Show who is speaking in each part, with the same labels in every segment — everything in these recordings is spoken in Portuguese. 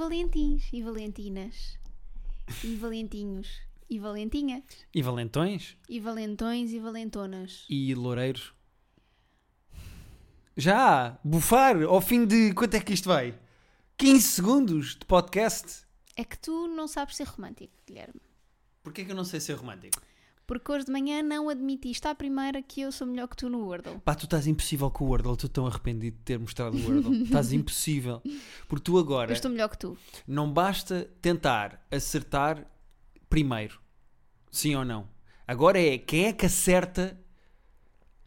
Speaker 1: Valentins e Valentinas e Valentinhos e Valentinhas
Speaker 2: E valentões?
Speaker 1: e Valentões e Valentonas.
Speaker 2: E loureiros? Já! Bufar! Ao fim de quanto é que isto vai? 15 segundos de podcast?
Speaker 1: É que tu não sabes ser romântico, Guilherme.
Speaker 2: Porquê que eu não sei ser romântico?
Speaker 1: Porque hoje de manhã não admitiste à primeira que eu sou melhor que tu no Wordle.
Speaker 2: Pá, tu estás impossível com o Wordle, estou tão arrependido de ter mostrado o Wordle. estás impossível. Porque tu agora
Speaker 1: Eu estou melhor que tu.
Speaker 2: não basta tentar acertar primeiro. Sim ou não? Agora é quem é que acerta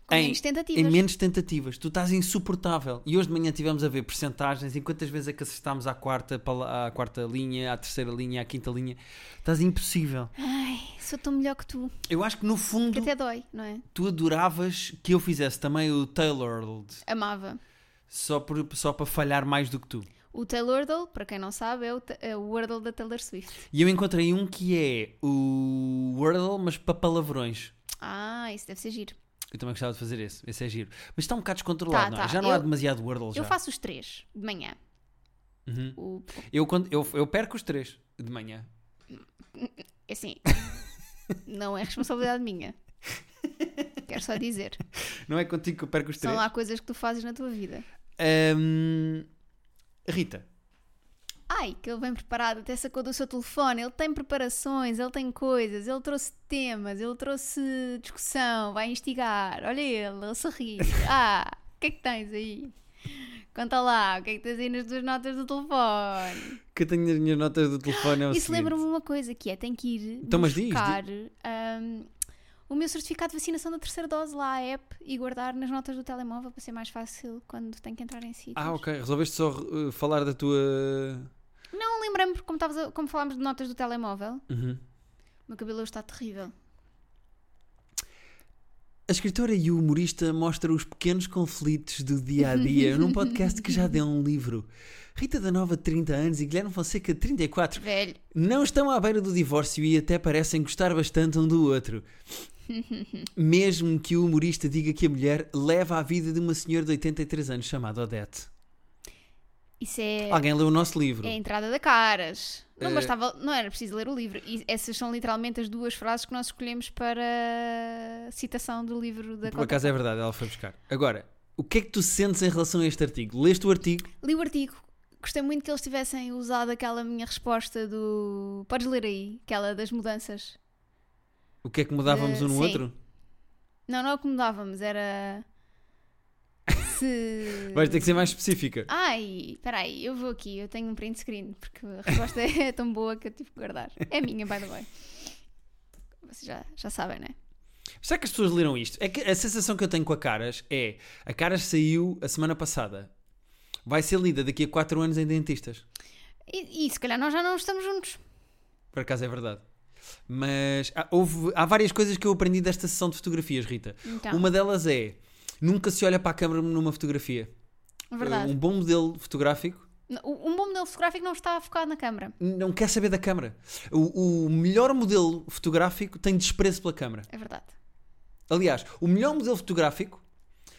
Speaker 1: Com
Speaker 2: Em-
Speaker 1: menos
Speaker 2: em
Speaker 1: tentativas.
Speaker 2: menos tentativas. Tu estás insuportável. E hoje de manhã tivemos a ver percentagens e quantas vezes é que acertámos à quarta, pala- à quarta linha, à terceira linha, à quinta linha. Estás impossível.
Speaker 1: Ai, sou tão melhor que tu.
Speaker 2: Eu acho que no
Speaker 1: Que
Speaker 2: fundo
Speaker 1: até dói, não é?
Speaker 2: tu adoravas que eu fizesse também o Tailored
Speaker 1: Amava.
Speaker 2: só, por- só para falhar mais do que tu.
Speaker 1: O Taylordle, para quem não sabe, é o, ta- é o Wordle da Taylor Swift.
Speaker 2: E eu encontrei um que é o Wordle, mas para palavrões.
Speaker 1: Ah, isso deve ser giro.
Speaker 2: Eu também gostava de fazer esse. Esse é giro. Mas está um bocado descontrolado,
Speaker 1: Tá,
Speaker 2: não é?
Speaker 1: tá.
Speaker 2: Já não há
Speaker 1: Eu-
Speaker 2: demasiado Wordle já.
Speaker 1: Eu faço os três de manhã.
Speaker 2: Uhum.
Speaker 1: O,
Speaker 2: Eu, quando- eu, eu perco os três de manhã.
Speaker 1: é assim, não é responsabilidade minha. Quero só dizer.
Speaker 2: Não é contigo que eu perco os três?
Speaker 1: São lá coisas que tu fazes na tua vida.
Speaker 2: Ahm, Rita,
Speaker 1: Ai, que ele vem preparado, até sacou do seu telefone. Ele tem preparações, ele tem coisas, ele trouxe temas, ele trouxe discussão, vai instigar. Olha ele, ele sorri. Ah, o que é que tens aí? Conta lá, o que é que tens aí nas tuas notas do telefone?
Speaker 2: que eu tenho as minhas notas do telefone. É o
Speaker 1: Isso
Speaker 2: seguinte.
Speaker 1: lembra-me uma coisa que é, tenho que ir
Speaker 2: Então, mas diz,
Speaker 1: buscar hum, o meu certificado de vacinação da terceira dose lá à app e guardar nas notas do telemóvel para ser mais fácil quando tenho que entrar em sítios.
Speaker 2: Ah, ok. Resolveste só uh, falar da tua.
Speaker 1: Não lembrei-me, porque como, estavas a- como falámos de notas do telemóvel,
Speaker 2: Uhum.
Speaker 1: o meu cabelo hoje está terrível.
Speaker 2: A escritora e o humorista mostram os pequenos conflitos do dia a dia num podcast que já deu um livro. Rita da Nova, 30 anos, e Guilherme Fonseca, 34,
Speaker 1: Velho.
Speaker 2: não estão à beira do divórcio e até parecem gostar bastante um do outro. Mesmo que o humorista diga que a mulher leva a vida de uma senhora de 83 anos chamada Odete.
Speaker 1: Isso é,
Speaker 2: Alguém leu o nosso livro.
Speaker 1: é a entrada da caras. Não
Speaker 2: Ah, É.
Speaker 1: bastava, não era preciso ler o livro. E essas são literalmente as duas frases que nós escolhemos para citação do livro da
Speaker 2: Por
Speaker 1: Coca.
Speaker 2: acaso é verdade, ela foi buscar. Agora, o que é que tu sentes em relação a este artigo? Leste o artigo?
Speaker 1: Li o artigo. Gostei muito que eles tivessem usado aquela minha resposta do. Podes ler aí, aquela das mudanças.
Speaker 2: O que é que mudávamos
Speaker 1: Eh,
Speaker 2: um no
Speaker 1: sim.
Speaker 2: outro?
Speaker 1: Não, é não acomodávamos, era. Se.
Speaker 2: Vais ter que ser mais específica.
Speaker 1: Ai, espera aí, eu vou aqui, eu tenho um print screen, porque a resposta é tão boa que eu tive que guardar. É minha, by the way. Vocês já, já sabem, né?
Speaker 2: Será que as pessoas leram isto? É que a sensação que eu tenho com a Caras é: a Caras saiu a semana passada. Vai ser lida daqui a 4 anos em dentistas.
Speaker 1: E, e se calhar nós já não estamos juntos.
Speaker 2: Por acaso é verdade. Mas há, houve- há várias coisas que eu aprendi desta sessão de fotografias, Rita.
Speaker 1: Então,
Speaker 2: Uma delas é: nunca se olha para a câmara numa fotografia.
Speaker 1: é verdade.
Speaker 2: Um bom modelo fotográfico
Speaker 1: N- o- Um bom modelo fotográfico não está focado na câmara.
Speaker 2: não quer saber da câmara. O, o melhor modelo fotográfico tem desprezo pela câmara.
Speaker 1: É verdade.
Speaker 2: Aliás, o melhor modelo fotográfico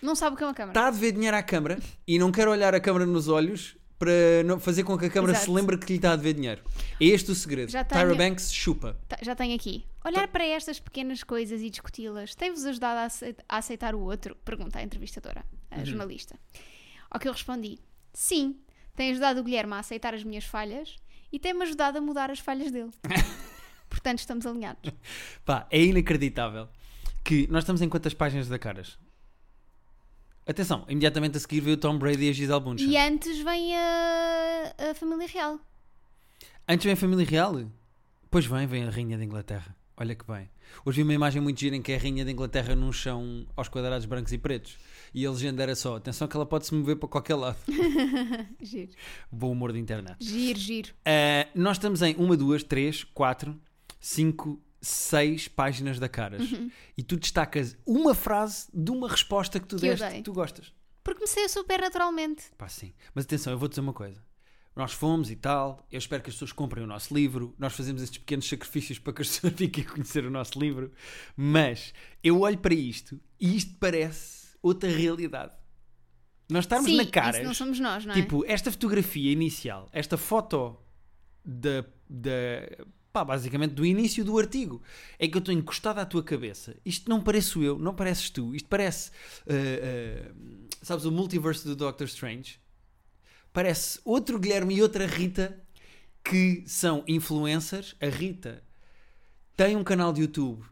Speaker 1: Não sabe o que é uma câmara.
Speaker 2: está a dever dinheiro à câmara e não quer olhar a câmara nos olhos para não- fazer com que a câmara se
Speaker 1: Exato.
Speaker 2: lembre que lhe está a dever dinheiro. É este o segredo.
Speaker 1: Já
Speaker 2: Tyra
Speaker 1: tenho-
Speaker 2: Banks chupa.
Speaker 1: Tá- já tenho aqui.
Speaker 2: Tá.
Speaker 1: Olhar para estas pequenas coisas e discuti-las tem-vos ajudado a aceit- a aceitar o outro? Pergunta a entrevistadora, a
Speaker 2: Uhum.
Speaker 1: jornalista. Ao que eu respondi: Sim, tem ajudado o Guilherme a aceitar as minhas falhas e tem-me ajudado a mudar as falhas dele. Portanto, estamos alinhados.
Speaker 2: Pá, é inacreditável que nós estamos em quantas páginas da Caras? Atenção, imediatamente a seguir veio o Tom Brady e a Gisele Bundchen.
Speaker 1: E antes vem a, a família real.
Speaker 2: Antes vem a família real? Pois vem, vem a Rainha da Inglaterra. Olha que bem. Hoje vi uma imagem muito gira em que é a Rainha da Inglaterra num chão aos quadrados brancos e pretos. E a legenda era só: atenção que ela pode se mover para qualquer lado.
Speaker 1: Giro,
Speaker 2: Bom humor de internet.
Speaker 1: giro, giro.
Speaker 2: Ah, nós estamos em uma, duas, três, quatro, cinco, seis páginas da Caras.
Speaker 1: Uhum.
Speaker 2: E tu destacas uma frase de uma resposta que tu
Speaker 1: Que eu
Speaker 2: deste
Speaker 1: dei.
Speaker 2: que tu gostas.
Speaker 1: Porque me saiu super naturalmente.
Speaker 2: Pá, sim. Mas atenção, eu vou dizer uma coisa. Nós fomos e tal, eu espero que as pessoas comprem o nosso livro, nós fazemos estes pequenos sacrifícios para que as pessoas fiquem a conhecer o nosso livro, mas eu olho para isto e isto parece outra realidade. Nós estarmos
Speaker 1: Sim,
Speaker 2: na
Speaker 1: isso
Speaker 2: cara,
Speaker 1: não somos nós, não é?
Speaker 2: tipo, esta fotografia inicial, esta foto da, da pá, basicamente do início do artigo. É que eu estou encostado à tua cabeça. Isto não pareço eu, não pareces tu. Isto parece, ah, ah, sabes, o multiverso do Doctor Strange. Parece outro Guilherme e outra Rita que são influencers. A Rita tem um canal de YouTube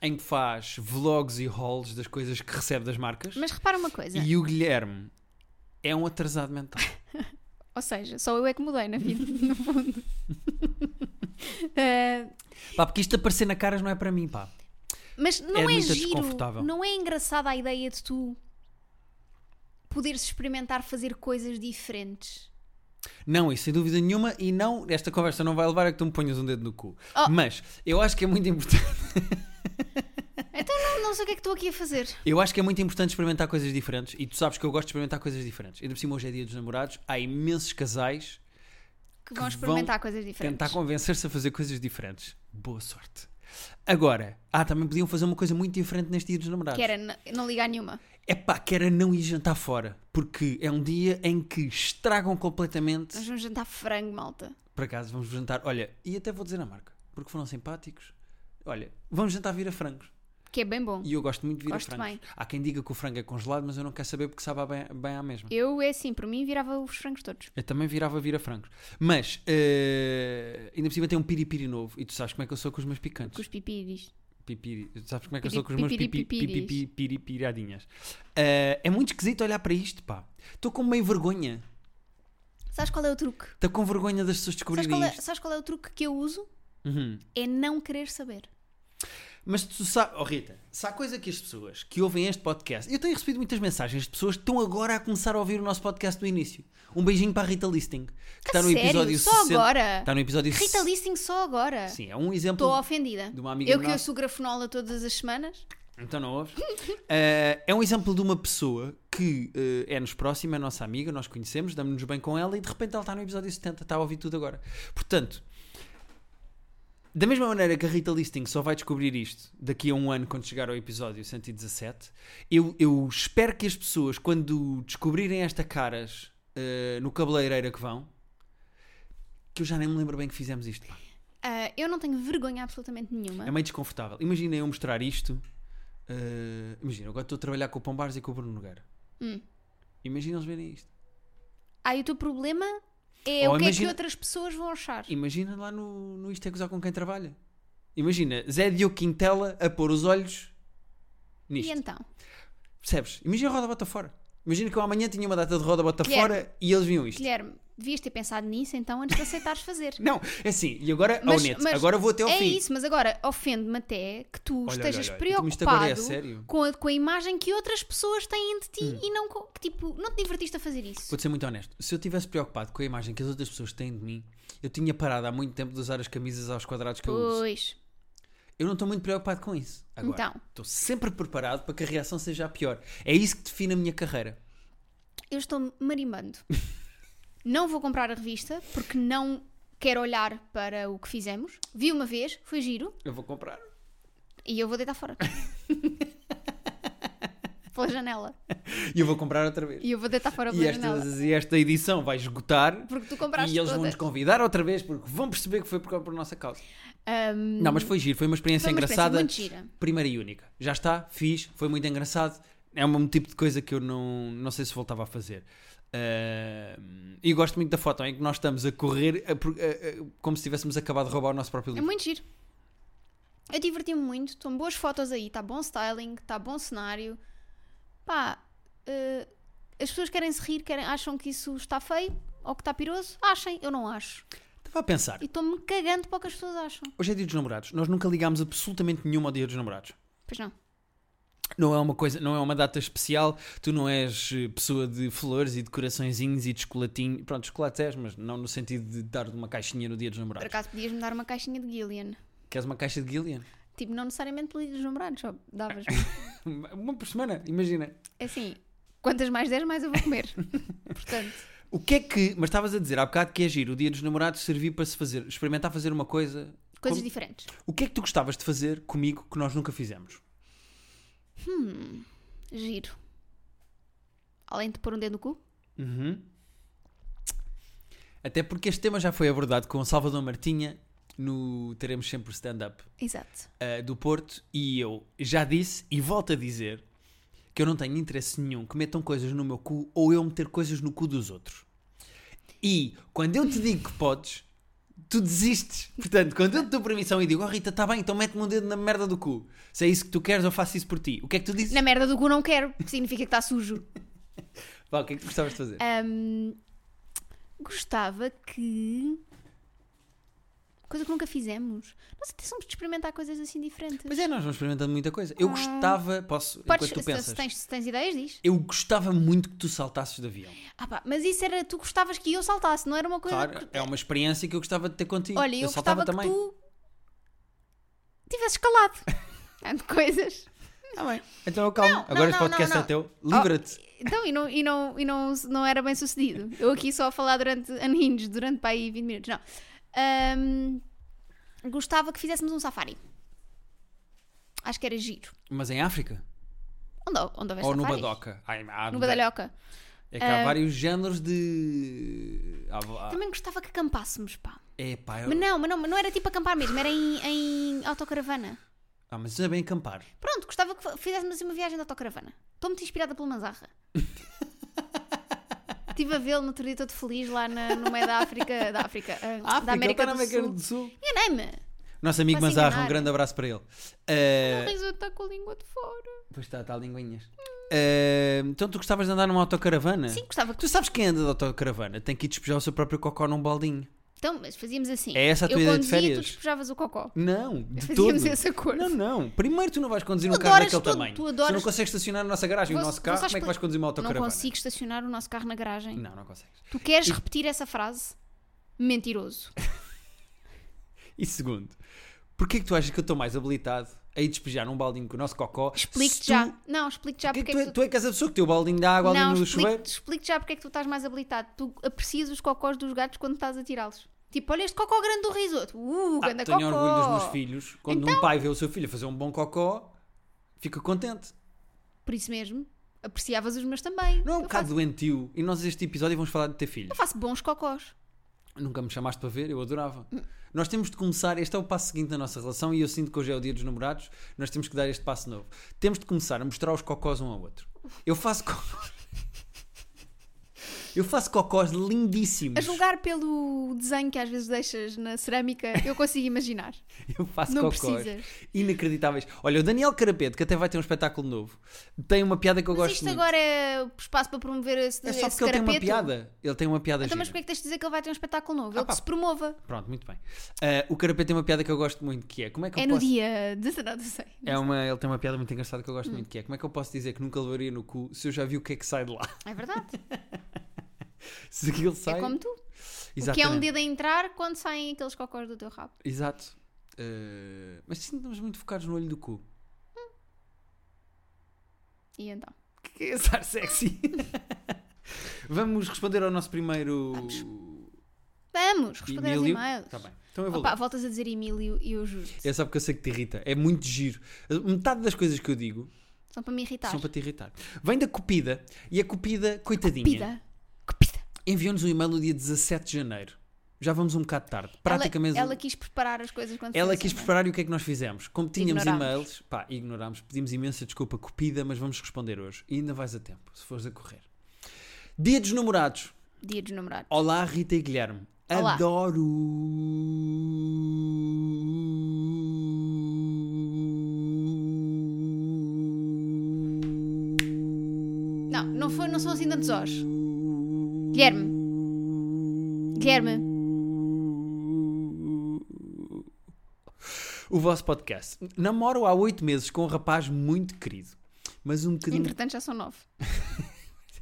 Speaker 2: em que faz vlogs e hauls das coisas que recebe das marcas.
Speaker 1: Mas repara uma coisa,
Speaker 2: E o Guilherme é um atrasado mental.
Speaker 1: ou seja, só eu é que mudei na vida, no fundo. Eh,
Speaker 2: Pá, porque isto de aparecer na caras não é para mim, pá.
Speaker 1: mas não é,
Speaker 2: muito
Speaker 1: giro,
Speaker 2: desconfortável.
Speaker 1: não é engraçada a ideia de tu poderes experimentar fazer coisas diferentes.
Speaker 2: Não, isso sem dúvida nenhuma, e não, esta conversa não vai levar a que tu me ponhas um dedo no cu.
Speaker 1: Oh.
Speaker 2: Mas eu acho que é muito importante.
Speaker 1: Então não, não sei o que é que estou aqui a fazer.
Speaker 2: Eu acho que é muito importante experimentar coisas diferentes, e tu sabes que eu gosto de experimentar coisas diferentes. Ainda por cima hoje é dia dos namorados, há imensos casais
Speaker 1: Que vão
Speaker 2: vão
Speaker 1: experimentar coisas diferentes.
Speaker 2: tentar convencer-se a fazer coisas diferentes. Boa sorte. Agora, ah, também podiam fazer uma coisa muito diferente neste dia dos namorados.
Speaker 1: Que era n- não ligar nenhuma.
Speaker 2: É pá, que era não ir jantar fora, porque é um dia em que estragam completamente
Speaker 1: Nós vamos jantar frango, malta.
Speaker 2: por acaso vamos jantar, olha, e até vou dizer a marca, porque foram simpáticos. Olha, vamos jantar vir a frangos.
Speaker 1: Que é bem bom.
Speaker 2: E eu gosto muito de vir
Speaker 1: Gosto
Speaker 2: a frangos.
Speaker 1: bem.
Speaker 2: Há quem diga que o frango é congelado, mas eu não quero saber porque sabe a bem, bem à mesma. Eu...
Speaker 1: Eu é assim, por mim virava os frangos todos.
Speaker 2: também virava vir a frangos. Mas, eh, ainda por cima tem um piripiri novo. E tu sabes como é que eu sou com os meus picantes.
Speaker 1: Com os pipiris.
Speaker 2: Pipiri. Tu sabes como é que eu
Speaker 1: Piri-
Speaker 2: sou com os meus pipi-
Speaker 1: pipiripipiris.
Speaker 2: pipi- pipiripiradinhas. Eh, é muito esquisito olhar para isto, pá. Estou com meio vergonha.
Speaker 1: Sabes qual é o truque?
Speaker 2: Estou com vergonha das pessoas
Speaker 1: Sabes
Speaker 2: descobrirem
Speaker 1: qual, é,
Speaker 2: isto.
Speaker 1: sabes qual é o truque que eu uso?
Speaker 2: Uhum.
Speaker 1: É não querer saber.
Speaker 2: Mas tu sabes, oh Rita, se há coisa que as pessoas que ouvem este podcast, eu tenho recebido muitas mensagens de pessoas que estão agora a começar a ouvir o nosso podcast do início. Um beijinho para a Rita Listing, que está no
Speaker 1: sério?
Speaker 2: episódio
Speaker 1: Só
Speaker 2: 60.
Speaker 1: agora?
Speaker 2: Está no episódio
Speaker 1: Rita Listing só agora.
Speaker 2: Sim, é um exemplo.
Speaker 1: Estou ofendida.
Speaker 2: de uma amiga
Speaker 1: eu que
Speaker 2: nossa.
Speaker 1: eu sou grafonola todas as semanas.
Speaker 2: Então não ouves? Eh, é um exemplo de uma pessoa que eh, é-nos próxima, é nossa amiga, nós conhecemos, damos-nos bem com ela e de repente ela está no episódio 70, está a ouvir tudo agora. Portanto, da mesma maneira que a Rita Listing só vai descobrir isto daqui a um ano quando chegar ao episódio 117, eu, eu espero que as pessoas, quando descobrirem esta caras eh, no cabeleireira que vão, que eu já nem me lembro bem que fizemos isto. pá.
Speaker 1: Ah, eu não tenho vergonha absolutamente nenhuma.
Speaker 2: É meio desconfortável. Imagina eu mostrar isto. eh, imagina, eu agora estou a trabalhar com o Pombares e com o Bruno Nogueira.
Speaker 1: Hum.
Speaker 2: Imagina eles verem isto.
Speaker 1: Aí Ah, o teu problema é
Speaker 2: Ou
Speaker 1: o que é
Speaker 2: Oh, imagina-
Speaker 1: que outras pessoas vão achar.
Speaker 2: Imagina lá no, no Isto é Gozar com quem trabalha. Imagina Zé Diogo Quintela a pôr os olhos
Speaker 1: E
Speaker 2: nisto.
Speaker 1: então?
Speaker 2: Percebes? Imagina a roda bota fora. Imagina que eu amanhã tinha uma data de roda bota
Speaker 1: Guilherme.
Speaker 2: fora e eles viam isto.
Speaker 1: Guilherme, devias ter pensado nisso então antes de aceitares fazer.
Speaker 2: Não, é assim. E agora, ao
Speaker 1: Mas-
Speaker 2: neto,
Speaker 1: mas
Speaker 2: agora vou até ao
Speaker 1: é
Speaker 2: fim.
Speaker 1: isso, mas agora ofende-me até que tu
Speaker 2: Olha,
Speaker 1: estejas
Speaker 2: olha, olha, então isto agora é
Speaker 1: preocupado
Speaker 2: sério? Hum.
Speaker 1: com, a, com a imagem que outras pessoas têm de ti e não com, que tipo, não te divertiste a fazer isso.
Speaker 2: Vou ser muito honesto. Se eu estivesse preocupado com a imagem que as outras pessoas têm de mim, eu tinha parado há muito tempo de usar as camisas aos quadrados que eu uso.
Speaker 1: Pois.
Speaker 2: Eu não estou muito preocupado com isso. Agora,
Speaker 1: Então.
Speaker 2: estou sempre preparado para que a reação seja a pior. É isso que define a minha carreira.
Speaker 1: Eu estou marimbando. não vou comprar a revista porque não quero olhar para o que fizemos. Vi uma vez, foi giro
Speaker 2: Eu vou comprar.
Speaker 1: e eu vou deitar fora. pela janela.
Speaker 2: E eu vou comprar outra vez.
Speaker 1: E eu vou deitar fora
Speaker 2: E
Speaker 1: pela janela.
Speaker 2: estas- e esta edição vai esgotar.
Speaker 1: Porque tu compraste
Speaker 2: e eles vão
Speaker 1: todas.
Speaker 2: nos convidar outra vez porque vão perceber que foi por, por nossa causa.
Speaker 1: Ahm,
Speaker 2: Não, mas foi giro, foi uma experiência
Speaker 1: Foi uma experiência
Speaker 2: engraçada.
Speaker 1: muito gira.
Speaker 2: Primeira e única. Já está, fiz, foi muito engraçado. É um tipo de coisa que eu não, não sei se voltava a fazer. Ah, e gosto muito da foto em que nós estamos a correr a- por- a- a- como se tivéssemos acabado de roubar o nosso próprio
Speaker 1: É
Speaker 2: livro.
Speaker 1: muito giro. Eu diverti-me muito, estão boas fotos aí, está bom styling, está bom cenário. Pá, eh, as pessoas querem se rir, querem, acham que isso está feio ou que está piroso, achem, eu não acho.
Speaker 2: Estava a pensar.
Speaker 1: E estou-me cagando para o que as pessoas acham.
Speaker 2: Hoje é dia dos namorados. Nós nunca ligámos absolutamente nenhuma ao dia dos namorados.
Speaker 1: Pois não.
Speaker 2: Não é uma coisa, não é uma data especial. Tu não és eh, pessoa de flores e de coraçõezinhos e de chocolatinho. Pronto, chocolates és, mas não no sentido de dar uma caixinha no dia dos
Speaker 1: Por
Speaker 2: namorados.
Speaker 1: acaso podias-me dar uma caixinha de Gillian.
Speaker 2: Queres uma caixa de Gillian?
Speaker 1: Tipo, não necessariamente pelos numerados, só davas.
Speaker 2: Uma por semana, imagina.
Speaker 1: É assim, quantas mais der, mais eu vou comer. Portanto,
Speaker 2: O que é que. Mas estavas a dizer há bocado que é giro. O dia dos namorados serviu para se fazer, experimentar fazer uma coisa.
Speaker 1: coisas
Speaker 2: Como-
Speaker 1: diferentes.
Speaker 2: O que é que tu gostavas de fazer comigo que nós nunca fizemos?
Speaker 1: Giro. Além de pôr um dedo no cu,
Speaker 2: Uhum. Até porque este tema já foi abordado com o Salvador Martinha no Teremos Sempre Stand-Up
Speaker 1: Exato.
Speaker 2: eh, do Porto e eu já disse e volto a dizer que eu não tenho interesse nenhum que metam coisas no meu cu ou eu meter coisas no cu dos outros. E quando eu te digo que podes, tu desistes. Portanto, quando eu te dou permissão e digo, oh Rita, está bem, então mete-me um dedo na merda do cu. Se é isso que tu queres, eu faço isso por ti. O que é que tu dizes?
Speaker 1: Na merda do cu não quero, que significa que está sujo.
Speaker 2: Vá, o que é que tu gostavas de fazer?
Speaker 1: Ahm, gostava que. Coisa que nunca fizemos. Nós até somos de experimentar coisas assim diferentes.
Speaker 2: Pois é, nós vamos experimentando muita coisa. Eu gostava, posso,
Speaker 1: Ah. Podes,
Speaker 2: enquanto
Speaker 1: se,
Speaker 2: tu
Speaker 1: se
Speaker 2: pensas,
Speaker 1: tens, se tens ideias, diz.
Speaker 2: eu gostava muito que tu saltasses de avião.
Speaker 1: Ah pá, mas isso era. Tu gostavas que eu saltasse, não era uma coisa.
Speaker 2: Claro,
Speaker 1: que-
Speaker 2: é uma experiência que eu gostava de ter contigo.
Speaker 1: Olha, eu,
Speaker 2: saltava
Speaker 1: gostava
Speaker 2: também.
Speaker 1: que tu. tivesses calado. Tanto coisas.
Speaker 2: Tá bem. Então eu calmo.
Speaker 1: Não,
Speaker 2: Agora
Speaker 1: não,
Speaker 2: este
Speaker 1: não,
Speaker 2: podcast
Speaker 1: não,
Speaker 2: é teu. Livra-te.
Speaker 1: Então, e não, e não, e não, não era bem sucedido. Eu aqui só a falar durante unhinged, durante para aí 20 minutos. Não. Ahm, gostava que fizéssemos um safari. Acho que era giro.
Speaker 2: Oh, Mas é em África?
Speaker 1: Onde, onde houver
Speaker 2: Ou no
Speaker 1: safaris?
Speaker 2: Badoca? Ai, há-
Speaker 1: é No ah. Badalhoca.
Speaker 2: É que há vários géneros de. ah, há- há-
Speaker 1: Também gostava que acampássemos, pá.
Speaker 2: É pá, eu...
Speaker 1: Mas não, mas não, mas não era tipo acampar mesmo, era em, em autocaravana.
Speaker 2: Ah, mas isso é bem acampar.
Speaker 1: Pronto, gostava que fa- fizéssemos assim uma viagem de autocaravana. Estou-me inspirada pelo Manzarra. Estive a vê-lo no outro dia todo feliz lá na- no meio da África, da África, ah, da América do Sul.
Speaker 2: Sul.
Speaker 1: Enganei-me.
Speaker 2: Nosso amigo
Speaker 1: Vai-se
Speaker 2: Manzarra,
Speaker 1: enganar.
Speaker 2: um grande abraço para ele. Eh,
Speaker 1: Riso está com a língua de fora.
Speaker 2: Pois está, está a linguinhas. Eh, então tu gostavas de andar numa autocaravana?
Speaker 1: Sim, gostava que
Speaker 2: Tu sabes quem anda de autocaravana? Tem que ir despejar o seu próprio cocó num baldinho.
Speaker 1: Então, mas fazíamos assim.
Speaker 2: É essa a tua
Speaker 1: Eu
Speaker 2: ideia de
Speaker 1: conduzia e tu
Speaker 2: férias?
Speaker 1: despejavas o cocó.
Speaker 2: Não, de
Speaker 1: Fazíamos
Speaker 2: todo.
Speaker 1: esse acordo.
Speaker 2: Não, não. Primeiro tu não vais conduzir
Speaker 1: Tu
Speaker 2: um carro
Speaker 1: adoras
Speaker 2: daquele
Speaker 1: tudo,
Speaker 2: tamanho.
Speaker 1: tu adoras-
Speaker 2: Se não consegues estacionar a nossa garagem,
Speaker 1: Vou-
Speaker 2: o nosso
Speaker 1: vou
Speaker 2: carro,
Speaker 1: só
Speaker 2: como é que
Speaker 1: expli-
Speaker 2: vais conduzir uma autocaravana?
Speaker 1: Não consigo estacionar o nosso carro na garagem.
Speaker 2: Não, não consegues.
Speaker 1: Tu queres repetir essa frase? Mentiroso.
Speaker 2: E segundo, porquê é que tu achas que eu estou mais habilitado a ir despejar um baldinho com o nosso cocó? se
Speaker 1: Explico-te
Speaker 2: tu-
Speaker 1: já. Não, explico-te já
Speaker 2: Que é que
Speaker 1: porque
Speaker 2: tu,
Speaker 1: é
Speaker 2: é-
Speaker 1: que tu...
Speaker 2: tu é que és a pessoa que tem o baldinho de água
Speaker 1: não,
Speaker 2: ali no
Speaker 1: explico-
Speaker 2: chuveiro?
Speaker 1: explico-te já porque é que tu estás mais habilitado. Tu aprecias os cocós dos gatos quando estás a tirá-los. Tipo, olha este cocó grande do risoto. Uh,
Speaker 2: Ah,
Speaker 1: grande
Speaker 2: tenho
Speaker 1: cocó. Então-
Speaker 2: orgulho dos meus filhos. Quando um pai vê o seu filho fazer um bom cocó, fica contente.
Speaker 1: Por isso mesmo, apreciavas os meus também.
Speaker 2: Não é um
Speaker 1: eu,
Speaker 2: bocado
Speaker 1: faço,
Speaker 2: doentio. E nós, neste episódio, vamos falar de ter filhos.
Speaker 1: eu faço bons cocós.
Speaker 2: Nunca me chamaste para ver, eu adorava. Nós temos de começar, este é o passo seguinte da nossa relação e eu sinto que hoje é o dia dos namorados, nós temos que dar este passo novo. Temos de começar a mostrar os cocós um ao outro. Eu faço cocós. Eu faço cocós lindíssimos.
Speaker 1: A julgar pelo desenho que às vezes deixas na cerâmica, eu consigo imaginar.
Speaker 2: Eu faço
Speaker 1: Não
Speaker 2: cocós
Speaker 1: precisas.
Speaker 2: inacreditáveis. Olha, o Daniel Carapeto, que até vai ter um espetáculo novo, tem uma piada que eu
Speaker 1: Mas
Speaker 2: gosto
Speaker 1: isto
Speaker 2: muito.
Speaker 1: agora é o espaço para promover esse,
Speaker 2: é só
Speaker 1: esse
Speaker 2: porque ele tem uma
Speaker 1: carapeto?
Speaker 2: piada. Ele tem uma piada
Speaker 1: Então, mas
Speaker 2: gira.
Speaker 1: porquê é que tens de dizer que ele vai ter um espetáculo novo? ele
Speaker 2: pá.
Speaker 1: que se promova.
Speaker 2: Pronto, muito bem. Ah, o Carapeto tem uma piada que eu gosto muito, que é como é que
Speaker 1: É
Speaker 2: eu
Speaker 1: no
Speaker 2: posso...
Speaker 1: dia. De... Não, não sei.
Speaker 2: É uma, ele tem uma piada muito engraçada que eu gosto
Speaker 1: Hum.
Speaker 2: muito, que é como é que eu posso dizer que nunca levaria no cu se eu já vi o que é que sai de lá?
Speaker 1: É verdade.
Speaker 2: Se aquilo sai.
Speaker 1: É como tu. O que é
Speaker 2: Exatamente.
Speaker 1: um dedo a entrar quando saem aqueles cocós do teu rabo.
Speaker 2: Exato. Eh, mas sim, estamos muito focados no olho do cu.
Speaker 1: E então?
Speaker 2: O que é estar sexy? Vamos responder ao nosso primeiro.
Speaker 1: Vamos responder aos
Speaker 2: Emílio?
Speaker 1: e-mails.
Speaker 2: Tá bem. Então eu vou
Speaker 1: Opa,
Speaker 2: ler.
Speaker 1: voltas a dizer Emílio e eu juro.
Speaker 2: É só porque eu sei que te irrita. É muito giro. Metade das coisas que eu digo
Speaker 1: São para me irritar.
Speaker 2: são para te irritar. Vem da Cupida. E a Cupida, coitadinha,
Speaker 1: Pida. Cupida.
Speaker 2: enviou-nos um e-mail no dia 17 de janeiro. Já vamos um bocado tarde. Praticamente.
Speaker 1: Ela, ela quis preparar as coisas quando
Speaker 2: Ela
Speaker 1: foi
Speaker 2: quis
Speaker 1: assim,
Speaker 2: preparar e o que é que nós fizemos? Como tínhamos
Speaker 1: Ignorámos.
Speaker 2: e-mails, pá, ignorámos, pedimos imensa desculpa, cupida, mas vamos responder hoje. E ainda vais a tempo, se fores a correr. Dia dos namorados.
Speaker 1: não é? Dia dos namorados.
Speaker 2: Olá, Rita e Guilherme.
Speaker 1: Olá.
Speaker 2: Adoro.
Speaker 1: Não, não, foi, não são assim tantos ós. Guilherme. Guilherme.
Speaker 2: O vosso podcast. Namoro há oito meses com um rapaz muito querido, mas um bocadinho
Speaker 1: Entretanto, já são nove.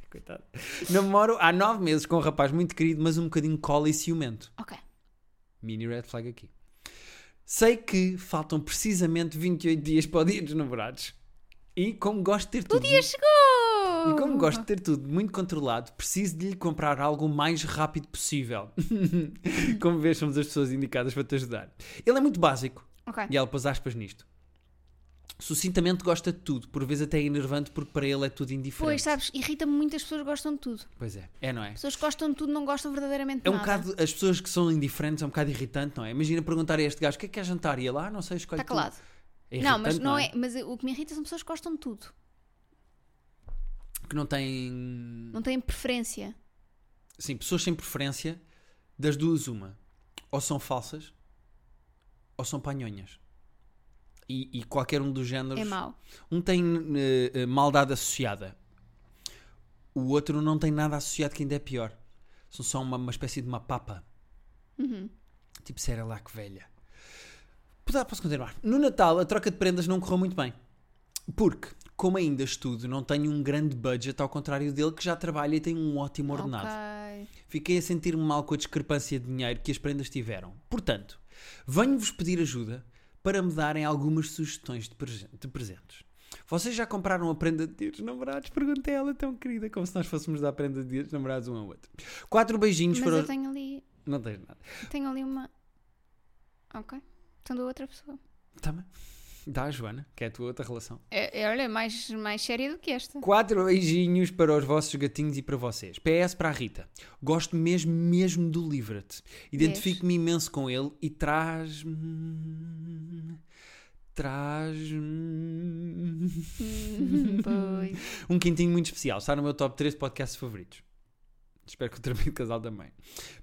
Speaker 2: Coitado. Namoro há nove meses com um rapaz muito querido, mas um bocadinho cola e ciumento.
Speaker 1: Ok.
Speaker 2: Mini red flag aqui. Sei que faltam precisamente 28 dias para o dia dos namorados. E como gosto de ter tudo.
Speaker 1: Dia chegou!
Speaker 2: Hum. E como gosto de ter tudo muito controlado, preciso de lhe comprar algo o mais rápido possível. como vês, somos as pessoas indicadas para te ajudar. Ele é muito básico.
Speaker 1: Ok.
Speaker 2: E ela pôs aspas nisto. sucintamente gosta de tudo, por vezes até é enervante porque para ele é tudo indiferente.
Speaker 1: Pois, sabes, irrita-me muito as pessoas que gostam de tudo.
Speaker 2: Pois é, é não é?
Speaker 1: Pessoas que gostam de tudo não gostam verdadeiramente de
Speaker 2: É um
Speaker 1: nada.
Speaker 2: bocado, as pessoas que são indiferentes é um bocado irritante, não é? Imagina perguntar a este gajo o que é que é jantar e ele, ah, não sei, escolhe
Speaker 1: Está Tá calado.
Speaker 2: tu. É
Speaker 1: não, mas
Speaker 2: irritante,
Speaker 1: não é. Mas o que me irrita são pessoas que gostam de tudo.
Speaker 2: Que não tem.
Speaker 1: Não têm preferência.
Speaker 2: Sim, pessoas sem preferência, das duas, uma. Ou são falsas, ou são panhonhas. E, e qualquer um dos géneros.
Speaker 1: É mau.
Speaker 2: Um tem eh, eh, maldade associada. O outro não tem nada associado que ainda é pior. São só uma, uma espécie de uma papa. Tipo Cerelac velha. Pois, ah, Posso continuar? No Natal, a troca de prendas não correu muito bem. Porque, como ainda estudo, não tenho um grande budget, ao contrário dele, que já trabalha e tem um ótimo ordenado.
Speaker 1: Ok.
Speaker 2: Fiquei a sentir-me mal com a discrepância de dinheiro que as prendas tiveram. Portanto, venho-vos pedir ajuda para me darem algumas sugestões de, presen- de presentes. Vocês já compraram a prenda de Dia dos namorados? Perguntei a ela tão querida, como se nós fôssemos dar prenda de Dia dos namorados um ao outro. Quatro beijinhos
Speaker 1: Mas
Speaker 2: para
Speaker 1: eu
Speaker 2: os...
Speaker 1: tenho ali.
Speaker 2: Não tens nada.
Speaker 1: Tenho ali uma. Ok. São da outra pessoa.
Speaker 2: Toma. Tá Dá a Joana, que é a tua outra relação.
Speaker 1: É, é, olha, mais, mais séria do que esta.
Speaker 2: Quatro beijinhos para os vossos gatinhos e para vocês. PS para a Rita. Gosto mesmo, mesmo do Livra-te. Identifico-me imenso com ele e traz-me. Traz-me.
Speaker 1: Hum, pois.
Speaker 2: Um quintinho muito especial. Está no meu top 3 de podcasts favoritos. Espero que o Tramito Casal também.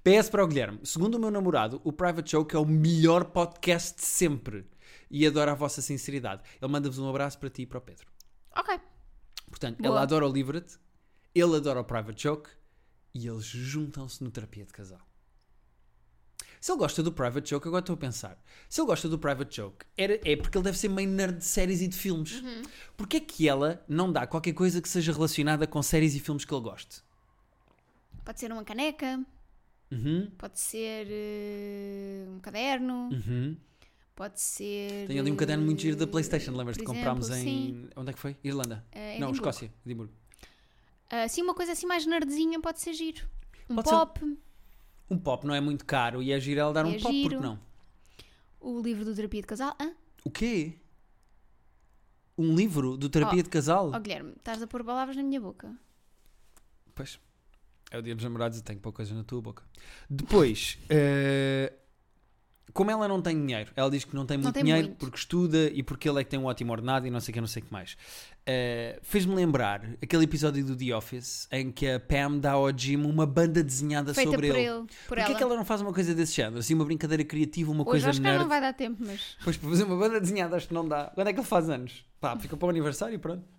Speaker 2: PS para o Guilherme. Segundo o meu namorado, o Private Show que é o melhor podcast de sempre. E adora a vossa sinceridade. Ele manda-vos um abraço para ti e para o Pedro.
Speaker 1: Ok.
Speaker 2: Portanto,
Speaker 1: Boa.
Speaker 2: ela adora o Livret, ele adora o Private Joke e eles juntam-se no terapia de casal. Se ele gosta do Private Joke, agora estou a pensar. Se ele gosta do Private Joke, era- é porque ele deve ser meio nerd de séries e de filmes.
Speaker 1: Uhum.
Speaker 2: Porquê é que ela não dá qualquer coisa que seja relacionada com séries e filmes que ele goste?
Speaker 1: Pode ser uma caneca,
Speaker 2: Uhum,
Speaker 1: pode ser eh, um caderno,
Speaker 2: uhum.
Speaker 1: pode ser.
Speaker 2: Tem ali um caderno muito giro da
Speaker 1: eh,
Speaker 2: Playstation, lembras-te?
Speaker 1: por
Speaker 2: Comprámos
Speaker 1: exemplo, Sim,
Speaker 2: em... Onde é que foi? Irlanda?
Speaker 1: eh, em
Speaker 2: não,
Speaker 1: Edimburgo.
Speaker 2: Escócia. Edimburgo.
Speaker 1: Ah, sim, uma coisa assim mais nerdzinha pode ser giro. Um
Speaker 2: Pode ser um-
Speaker 1: pop,
Speaker 2: Um pop não é muito caro e é giro ela dar
Speaker 1: E
Speaker 2: um
Speaker 1: é
Speaker 2: pop, porque
Speaker 1: giro.
Speaker 2: não?
Speaker 1: o livro do terapia de casal. Hã?
Speaker 2: O quê? Um livro do terapia de casal?
Speaker 1: Oh, Guilherme, estás a pôr palavras na minha boca. oh.
Speaker 2: Pois. É o dia dos namorados e tenho que pôr coisas na tua boca. Depois, eh, como ela não tem dinheiro, ela diz que não tem muito
Speaker 1: tem
Speaker 2: dinheiro
Speaker 1: muito.
Speaker 2: porque estuda e porque ele é que tem um ótimo ordenado e não sei o que, não sei o que mais. Eh, Fez-me lembrar aquele episódio do The Office em que a Pam dá ao Jim uma banda desenhada
Speaker 1: Feita por
Speaker 2: sobre
Speaker 1: ele,
Speaker 2: ele.
Speaker 1: por
Speaker 2: Porquê
Speaker 1: ela.
Speaker 2: é que ela não faz uma coisa desse género? Assim, uma brincadeira criativa, uma
Speaker 1: Hoje
Speaker 2: coisa
Speaker 1: acho que
Speaker 2: nerd.
Speaker 1: não vai dar tempo, mas.
Speaker 2: Pois para fazer uma banda desenhada acho que não dá. Quando é que ele faz anos? Pá, fica para o aniversário e pronto.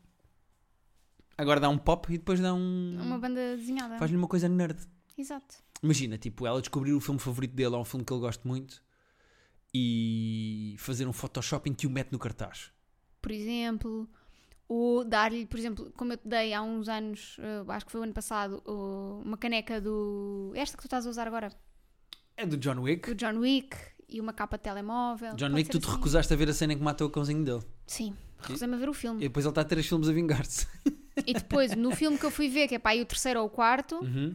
Speaker 2: Agora dá um pop e depois dá um.
Speaker 1: Uma banda desenhada.
Speaker 2: Faz-lhe uma coisa nerd.
Speaker 1: Exato.
Speaker 2: Imagina, tipo, ela descobrir o filme favorito dele ou um filme que ele gosta muito e fazer um Photoshop em que o mete no cartaz.
Speaker 1: Por exemplo, ou dar-lhe, por exemplo, como eu te dei há uns anos, eh, acho que foi o ano passado, o- uma caneca do. Esta que tu estás a usar agora,
Speaker 2: É do John Wick.
Speaker 1: do John Wick e uma capa de telemóvel.
Speaker 2: John
Speaker 1: Pode
Speaker 2: Wick,
Speaker 1: ser
Speaker 2: tu te
Speaker 1: assim.
Speaker 2: recusaste a ver a cena em que mata o cãozinho dele.
Speaker 1: Sim, recusei-me a ver o
Speaker 2: E
Speaker 1: filme.
Speaker 2: depois ele está a três filmes a vingar-se.
Speaker 1: E depois, no filme que eu fui ver, que é pá, aí o terceiro ou o quarto,
Speaker 2: Uhum.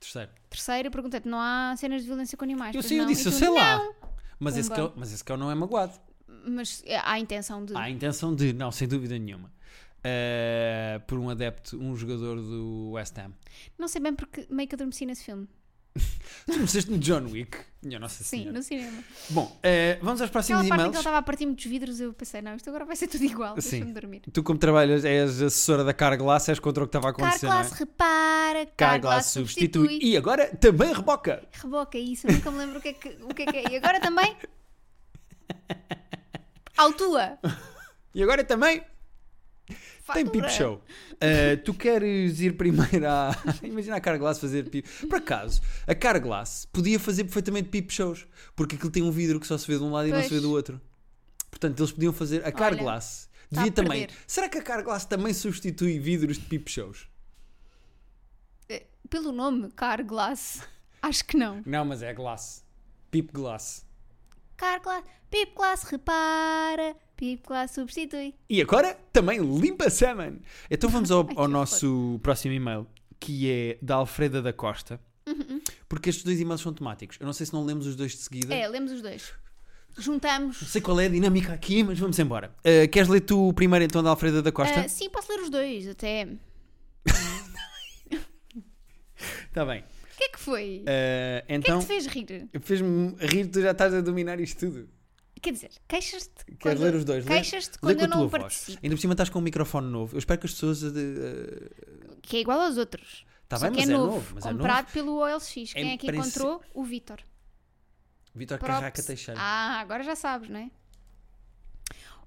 Speaker 2: Terceiro.
Speaker 1: terceiro, eu perguntei-te: não há cenas de violência com animais?
Speaker 2: Eu
Speaker 1: Pois
Speaker 2: sei, eu
Speaker 1: não. E
Speaker 2: disse, eu
Speaker 1: tu,
Speaker 2: sei lá.
Speaker 1: "Não."
Speaker 2: Mas esse,
Speaker 1: Pumba.
Speaker 2: cão, mas esse cão não é magoado.
Speaker 1: Mas eh, há a intenção de.
Speaker 2: Há a intenção de, não, sem dúvida nenhuma. Eh, por um adepto, um jogador do West Ham.
Speaker 1: Não sei bem porque meio que adormeci nesse filme.
Speaker 2: Tu conheceste no John Wick? Minha Nossa
Speaker 1: Sim,
Speaker 2: Senhora.
Speaker 1: no cinema.
Speaker 2: Bom, eh, vamos aos
Speaker 1: Aquela
Speaker 2: próximos
Speaker 1: parte em que ele
Speaker 2: e-mails.
Speaker 1: estava a partir-me dos vidros, eu pensei, não, isto agora vai ser tudo igual,
Speaker 2: Sim.
Speaker 1: deixa-me dormir.
Speaker 2: Tu, como trabalhas, és assessora da Carglass, és contra o que estava a acontecer,
Speaker 1: Carglass
Speaker 2: não é?
Speaker 1: repara, Carglass substitui.
Speaker 2: E agora também reboca.
Speaker 1: Reboca isso, nunca me lembro o que é que, o que, é, que é. E agora também... Autua!
Speaker 2: E agora também tem
Speaker 1: Fatura.
Speaker 2: pip show. Eh, tu queres ir primeiro à. Imagina a Carglass fazer pip. Por acaso, a Carglass podia fazer perfeitamente pip shows, porque aquilo tem um vidro que só se vê de um lado e não se
Speaker 1: Pois.
Speaker 2: vê do outro. Portanto, eles podiam fazer. A Carglass
Speaker 1: está
Speaker 2: devia
Speaker 1: a
Speaker 2: também.
Speaker 1: perder.
Speaker 2: Será que a Carglass também substitui vidros de pip shows?
Speaker 1: Eh, Pelo nome, Carglass, acho que não.
Speaker 2: Não, mas é glass. Pip glass.
Speaker 1: Carglass, Pipglass repara, Pipglass substitui.
Speaker 2: E agora também limpa semen. Então vamos ao,
Speaker 1: Ai, que
Speaker 2: ao
Speaker 1: horror.
Speaker 2: nosso próximo e-mail, que é da Alfreda da
Speaker 1: Uhum.
Speaker 2: Costa. Porque estes dois e-mails são temáticos. Eu não sei se não lemos os dois de seguida.
Speaker 1: É, lemos É, os dois. juntamos.
Speaker 2: Não sei qual é a dinâmica aqui, mas vamos embora. Ah, queres ler tu o primeiro então da Alfreda da Costa?
Speaker 1: Ah, sim, posso ler os dois até. O
Speaker 2: Está Tá bem.
Speaker 1: que é que foi?
Speaker 2: Ah,
Speaker 1: o que é
Speaker 2: então,
Speaker 1: que te fez rir?
Speaker 2: fez-me rir, tu já estás a dominar isto tudo.
Speaker 1: Quer dizer, queixas-te.
Speaker 2: Queres
Speaker 1: quando-
Speaker 2: ler os dois? Lê-
Speaker 1: Queixas-te
Speaker 2: lê
Speaker 1: quando
Speaker 2: com a
Speaker 1: eu não
Speaker 2: tua voz.
Speaker 1: participo,
Speaker 2: Ainda por cima estás com um microfone novo. Eu espero que as pessoas. eh, Está
Speaker 1: que é igual aos outros. Só
Speaker 2: bem,
Speaker 1: que
Speaker 2: mas
Speaker 1: é
Speaker 2: é
Speaker 1: novo,
Speaker 2: novo. Mas é novo.
Speaker 1: comprado pelo OLX. Quem é que
Speaker 2: princ-
Speaker 1: encontrou? O Vitor.
Speaker 2: Vitor
Speaker 1: Props.
Speaker 2: Carraca Teixeira.
Speaker 1: Ah, agora já sabes, não é?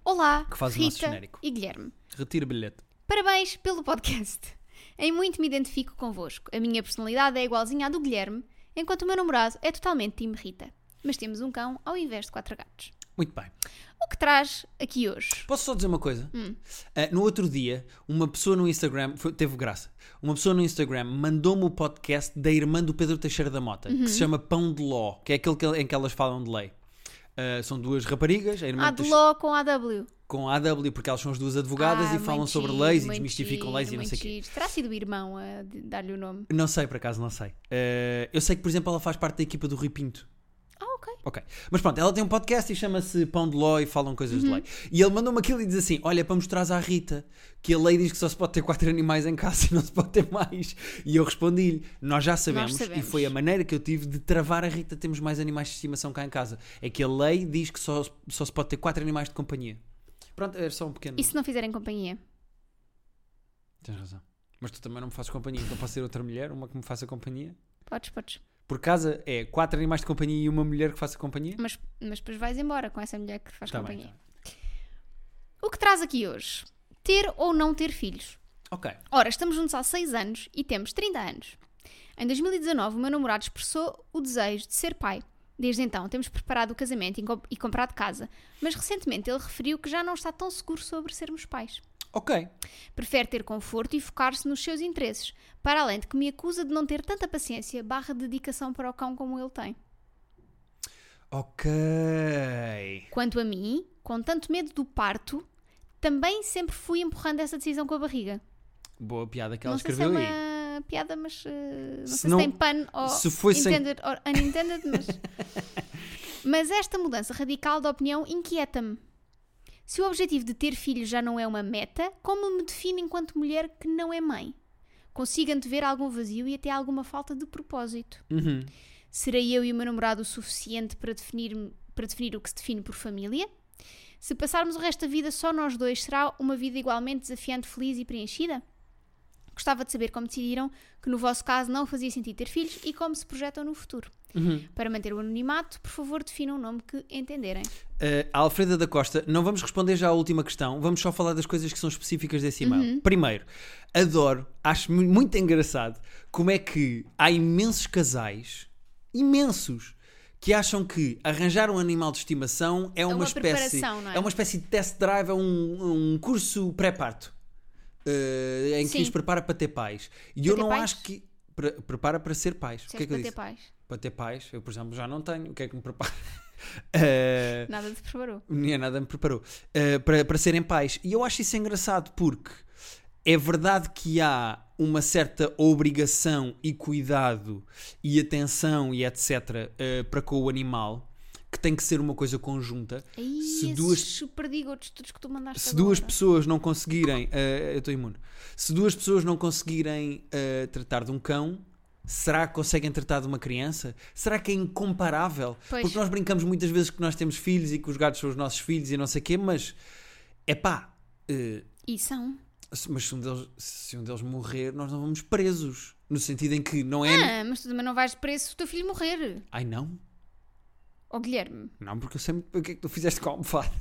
Speaker 1: Olá,
Speaker 2: Que faz o nosso
Speaker 1: Rita
Speaker 2: genérico.
Speaker 1: e Guilherme.
Speaker 2: Retira bilhete.
Speaker 1: Parabéns pelo podcast. Em muito me identifico convosco. A minha personalidade é igualzinha à do Guilherme, enquanto o meu namorado é totalmente time Rita. Mas temos um cão ao invés de quatro gatos.
Speaker 2: Muito bem.
Speaker 1: O que traz aqui hoje?
Speaker 2: Posso só dizer uma coisa?
Speaker 1: Hum.
Speaker 2: Ah, no outro dia, uma pessoa no Instagram, foi- teve graça, uma pessoa no Instagram mandou-me o podcast da irmã do Pedro Teixeira da Mota, que se
Speaker 1: Uhum.
Speaker 2: chama Pão de Ló, que é aquele que- em que elas falam de lei. Ah, são duas raparigas, a irmã
Speaker 1: A
Speaker 2: do
Speaker 1: Ah, de
Speaker 2: Teixeira-
Speaker 1: Ló com AW.
Speaker 2: com a AW, porque elas são as duas advogadas
Speaker 1: Ah,
Speaker 2: e falam
Speaker 1: muito
Speaker 2: sobre
Speaker 1: giro,
Speaker 2: leis e
Speaker 1: muito
Speaker 2: desmistificam leis e
Speaker 1: giro,
Speaker 2: não sei o
Speaker 1: muito
Speaker 2: quê.
Speaker 1: giro. Terá sido o irmão a de- dar-lhe o nome.
Speaker 2: Não sei, por acaso, não sei. Eh, eu sei que, por exemplo, ela faz parte da equipa do Rui Pinto.
Speaker 1: Ah, ok.
Speaker 2: Ok. Mas pronto, ela tem um podcast e chama-se Pão de Ló e falam coisas
Speaker 1: Uhum.
Speaker 2: de lei. E ele mandou-me aquilo e diz assim: Olha, para mostrar à Rita que a lei diz que só se pode ter quatro animais em casa e não se pode ter mais. E eu respondi-lhe: Nós já sabemos,
Speaker 1: sabemos.
Speaker 2: E foi a maneira que eu tive de travar a Rita temos mais animais de estimação cá em casa. É que a lei diz que só, só se pode ter quatro animais de companhia. Pronto, era só um pequeno.
Speaker 1: E se não fizerem companhia?
Speaker 2: Tens razão. Mas tu também não me fazes companhia, então posso ser outra mulher, uma que me faça companhia.
Speaker 1: Podes, podes.
Speaker 2: Por casa é quatro animais de companhia e uma mulher que faça companhia?
Speaker 1: Mas, mas depois vais embora com essa mulher que faz
Speaker 2: Tá bem,
Speaker 1: companhia.
Speaker 2: tá bem.
Speaker 1: O que traz aqui hoje? Ter ou não ter filhos?
Speaker 2: então. Ok.
Speaker 1: Ora, estamos juntos há 6 anos e temos 30 anos. Em 2019, o meu namorado expressou o desejo de ser pai. Desde então, temos preparado o casamento e comp- e comprado casa, mas recentemente ele referiu que já não está tão seguro sobre sermos pais.
Speaker 2: Ok.
Speaker 1: Prefere ter conforto e focar-se nos seus interesses, para além de que me acusa de não ter tanta paciência barra dedicação para o cão como ele tem.
Speaker 2: Ok.
Speaker 1: Quanto a mim, com tanto medo do parto, também sempre fui empurrando essa decisão com a barriga.
Speaker 2: Boa piada que
Speaker 1: não
Speaker 2: ela
Speaker 1: sei
Speaker 2: escreveu
Speaker 1: se é
Speaker 2: aí.
Speaker 1: uma piada, mas eh, não
Speaker 2: Se
Speaker 1: sei
Speaker 2: não-
Speaker 1: se tem pano ou
Speaker 2: se foi sem-
Speaker 1: intended or unintended, mas... mas esta mudança radical de opinião inquieta-me. Se o objetivo de ter filhos já não é uma meta, como me define enquanto mulher que não é mãe? Consigo antever algum vazio e até alguma falta de propósito.
Speaker 2: Uhum.
Speaker 1: Serei eu e o meu namorado o suficiente para definir, para definir o que se define por família? Se passarmos o resto da vida só nós dois, será uma vida igualmente desafiante, feliz e preenchida? Gostava de saber como decidiram que no vosso caso não fazia sentido ter filhos e como se projetam no futuro.
Speaker 2: Uhum.
Speaker 1: Para manter o anonimato, por favor, definam o nome que entenderem.
Speaker 2: Uh, Alfreda da Costa, não vamos responder já à última questão, vamos só falar das coisas que são específicas desse e-mail.
Speaker 1: Uhum.
Speaker 2: Primeiro, adoro, acho mu- muito engraçado como é que há imensos casais, imensos, que acham que arranjar um animal de estimação é uma,
Speaker 1: uma
Speaker 2: espécie.
Speaker 1: preparação, não é?
Speaker 2: é uma espécie de test drive, é um, um curso pré-parto uh, em que
Speaker 1: Sim.
Speaker 2: os prepara para ter pais. E eu
Speaker 1: ter
Speaker 2: não
Speaker 1: pais?
Speaker 2: acho que. pre- prepara para ser pais. o que é
Speaker 1: Disseste
Speaker 2: que eu
Speaker 1: para
Speaker 2: disse?
Speaker 1: ter pais.
Speaker 2: Para ter pais, eu, por exemplo, já não tenho. O que é que me prepara? Eh,
Speaker 1: Nada te preparou.
Speaker 2: nem nada me preparou eh, para, para serem pais. E eu acho isso engraçado porque é verdade que há uma certa obrigação e cuidado e atenção e etc eh, para com o animal que tem que ser uma coisa conjunta.
Speaker 1: Aí,
Speaker 2: Se
Speaker 1: esses
Speaker 2: duas-
Speaker 1: super digotes todos que tu mandaste
Speaker 2: Se duas
Speaker 1: agora.
Speaker 2: pessoas não conseguirem, eh, eu estou imune. Se duas pessoas não conseguirem eh, tratar de um cão, será que conseguem tratar de uma criança? Será que é incomparável?
Speaker 1: Pois.
Speaker 2: Porque nós brincamos muitas vezes que nós temos filhos e que os gatos são os nossos filhos e não sei o quê, mas é pá.
Speaker 1: E são.
Speaker 2: mas se um, deles, se um deles morrer, nós não vamos presos. No sentido em que não é.
Speaker 1: Ah, mas tu também não vais preso se o teu filho morrer.
Speaker 2: Ai não?
Speaker 1: Ó Guilherme.
Speaker 2: Não, porque eu sei muito bem o que é que tu fizeste com a almofada.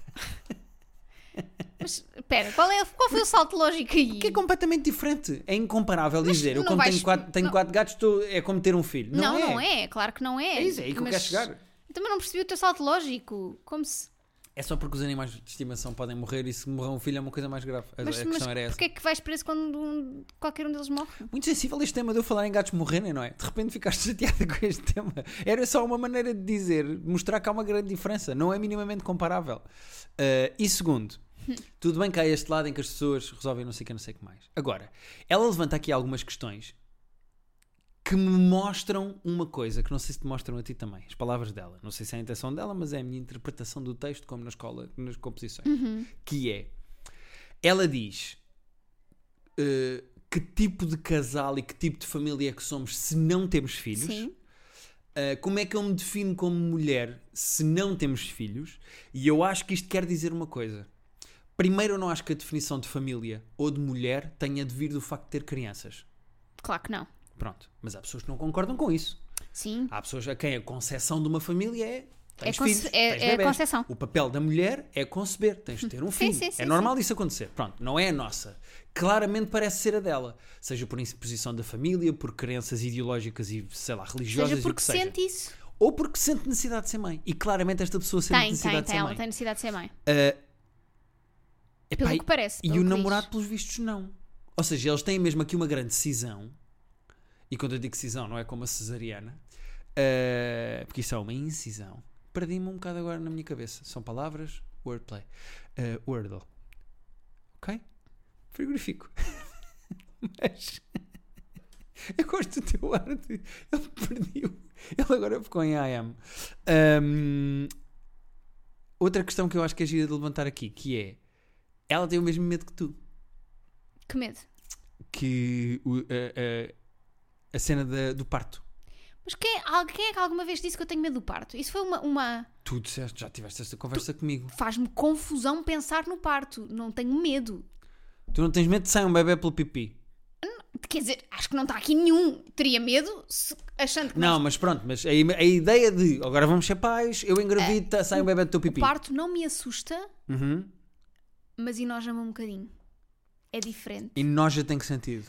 Speaker 1: Mas espera, qual, é, qual foi o salto lógico aí?
Speaker 2: Que é completamente diferente. É incomparável dizer. Eu,
Speaker 1: não
Speaker 2: como
Speaker 1: vais-
Speaker 2: tenho, quatro, tenho
Speaker 1: não-
Speaker 2: quatro gatos, estou- é como ter um filho.
Speaker 1: Não, não é. claro que não é.
Speaker 2: É isso, é aí que eu
Speaker 1: Mas
Speaker 2: quero chegar.
Speaker 1: eu Também não percebi o teu salto lógico. Como se.
Speaker 2: É só porque os animais de estimação podem morrer e se morrer um filho é uma coisa mais grave. A,
Speaker 1: Mas,
Speaker 2: a
Speaker 1: mas
Speaker 2: questão era essa.
Speaker 1: porquê é que vais preso quando um- qualquer um deles morre?
Speaker 2: Muito sensível este tema de eu falar em gatos morrerem, não é? De repente ficaste chateada com este tema. Era só uma maneira de dizer, mostrar que há uma grande diferença. Não é minimamente comparável. Ah, e segundo, tudo bem que há este lado em que as pessoas resolvem não sei o que, não sei o que mais. Agora, ela levanta aqui algumas questões que me mostram uma coisa que não sei se te mostram a ti também, as palavras dela. Não sei se é a intenção dela, mas é a minha interpretação do texto, como na escola, nas composições. Que é: ela diz eh, que tipo de casal e que tipo de família é que somos se não temos filhos.
Speaker 1: Sim.
Speaker 2: Uh, como é que eu me defino como mulher se não temos filhos? E eu acho que isto quer dizer uma coisa. Primeiro, eu não acho que a definição de família ou de mulher tenha de vir do facto de ter crianças.
Speaker 1: Claro que não.
Speaker 2: Pronto. Mas há pessoas que não concordam com isso.
Speaker 1: Sim.
Speaker 2: Há pessoas a quem a concepção de uma família é. Tens
Speaker 1: É conce-
Speaker 2: filhos,
Speaker 1: é-
Speaker 2: tens
Speaker 1: é a
Speaker 2: bebés.
Speaker 1: concepção.
Speaker 2: O papel da mulher é conceber, tens de ter um
Speaker 1: Sim,
Speaker 2: filho.
Speaker 1: sim, sim,
Speaker 2: é normal isso acontecer. Pronto, não é a nossa. Claramente parece ser a dela. Seja por imposição da família, por crenças ideológicas e, sei lá, religiosas. e
Speaker 1: Seja
Speaker 2: o
Speaker 1: porque
Speaker 2: que seja
Speaker 1: sente isso.
Speaker 2: ou porque sente necessidade de ser mãe. E claramente esta pessoa sente
Speaker 1: Tem,
Speaker 2: necessidade
Speaker 1: tem,
Speaker 2: de
Speaker 1: tem.
Speaker 2: ser
Speaker 1: Ela
Speaker 2: mãe.
Speaker 1: tem necessidade de ser mãe.
Speaker 2: Epá,
Speaker 1: Pelo
Speaker 2: e-
Speaker 1: que parece.
Speaker 2: e
Speaker 1: pelo
Speaker 2: o
Speaker 1: que
Speaker 2: namorado,
Speaker 1: diz.
Speaker 2: pelos vistos, não. Ou seja, eles têm mesmo aqui uma grande cisão. E quando eu digo cisão, não é como a cesariana, eh, porque isso é uma incisão. Perdi-me um bocado agora na minha cabeça. São palavras, wordplay. Eh, wordle. Ok? Frigorífico. Mas. Eu gosto do teu ar. de- Ele perdeu. Ele agora ficou em IAM. Ahm, outra questão que eu acho que é gira de levantar aqui, que é ela tem o mesmo medo que tu.
Speaker 1: Que medo.
Speaker 2: Que o- a, a- a cena da- do parto.
Speaker 1: Mas quem, al- quem é que alguma vez disse que eu tenho medo do parto? Isso foi uma. uma...
Speaker 2: Tu disseste, já tiveste esta conversa comigo.
Speaker 1: Faz-me confusão pensar no parto. Não tenho medo.
Speaker 2: Tu não tens medo de sair um bebê pelo pipi.
Speaker 1: Quer dizer, acho que não está aqui nenhum. Teria medo se- achando que
Speaker 2: Não, mas pronto, mas a, a ideia de agora vamos ser pais, eu engravido, tá, sai um bebê do teu
Speaker 1: o
Speaker 2: pipi.
Speaker 1: parto não me assusta,
Speaker 2: Uhum.
Speaker 1: mas enoja-me um bocadinho. É diferente.
Speaker 2: E nós já tem que sentido.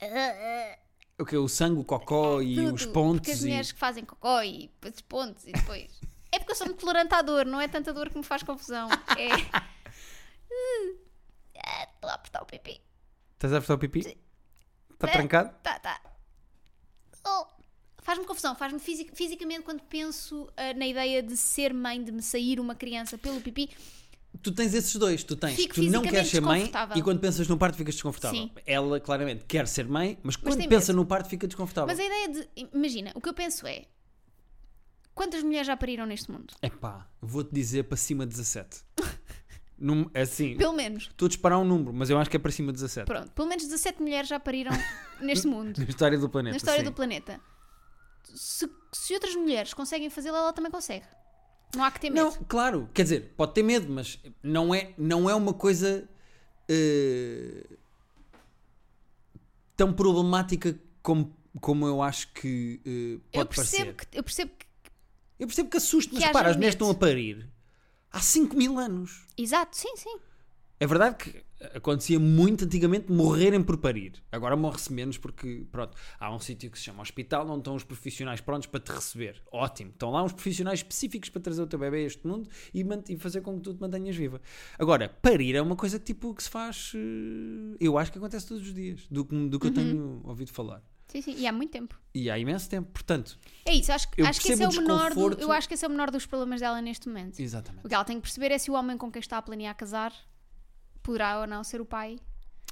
Speaker 1: Ah,
Speaker 2: O que? O sangue, o cocó e
Speaker 1: Tudo, Porque
Speaker 2: os
Speaker 1: as
Speaker 2: pontos. E...
Speaker 1: mulheres que fazem cocó e depois os pontos e depois. é porque eu sou muito tolerante à dor, não é tanta dor que me faz confusão. É. Ah, Estou a apertar o pipi.
Speaker 2: Estás a apertar o pipi? Está trancado?
Speaker 1: Tá, tá. Oh, Faz-me confusão, faz-me fisi- fisicamente quando penso ah, na ideia de ser mãe, de me sair uma criança pelo pipi.
Speaker 2: Tá Tu tens esses dois, tu tens.
Speaker 1: Fico
Speaker 2: tu não queres
Speaker 1: fisicamente
Speaker 2: ser mãe
Speaker 1: desconfortável.
Speaker 2: e quando pensas no parto ficas desconfortável.
Speaker 1: Sim.
Speaker 2: Ela claramente quer ser mãe, mas quando
Speaker 1: tem
Speaker 2: pensa no parto fica desconfortável.
Speaker 1: Mas a ideia de. Imagina, o que eu penso é. Quantas mulheres já pariram neste mundo?
Speaker 2: Epá, vou-te dizer para cima de 17. Num, assim,
Speaker 1: Pelo menos.
Speaker 2: estou a disparar um número, mas eu acho que é para cima de 17.
Speaker 1: Pronto, pelo menos 17 mulheres já pariram neste mundo.
Speaker 2: Na história do planeta.
Speaker 1: na história
Speaker 2: sim.
Speaker 1: do planeta. Se, se outras mulheres conseguem fazê-lo, ela também consegue. Não há que ter medo.
Speaker 2: Não, claro, quer dizer, pode ter medo, mas não é, não é uma coisa eh, tão problemática como, como eu acho que eh, pode
Speaker 1: eu, percebo
Speaker 2: parecer.
Speaker 1: que, eu percebo que.
Speaker 2: Eu percebo que assusta, mas
Speaker 1: haja
Speaker 2: repara, as mulheres
Speaker 1: medo.
Speaker 2: estão a parir há 5 mil anos.
Speaker 1: Exato, sim, sim.
Speaker 2: É verdade que acontecia muito antigamente morrerem por parir. Agora morre-se menos porque, pronto, há um sítio que se chama hospital onde estão os profissionais prontos para te receber. Ótimo. Estão lá uns profissionais específicos para trazer o teu bebê a este mundo e, man- e fazer com que tu te mantenhas viva. Agora, parir é uma coisa que, tipo, que se faz... eh, Eu acho que acontece todos os dias, do, que- do que eu tenho ouvido falar.
Speaker 1: Sim, sim. E há muito tempo.
Speaker 2: E há imenso tempo. Portanto,
Speaker 1: É isso, acho, que-
Speaker 2: Eu
Speaker 1: acho que esse é
Speaker 2: percebo
Speaker 1: o
Speaker 2: o
Speaker 1: menor do-
Speaker 2: desconforto.
Speaker 1: eu acho que esse é o menor dos problemas dela neste momento.
Speaker 2: exatamente.
Speaker 1: O que ela tem que perceber é se o homem com quem está a planear casar poderá ou não ser o pai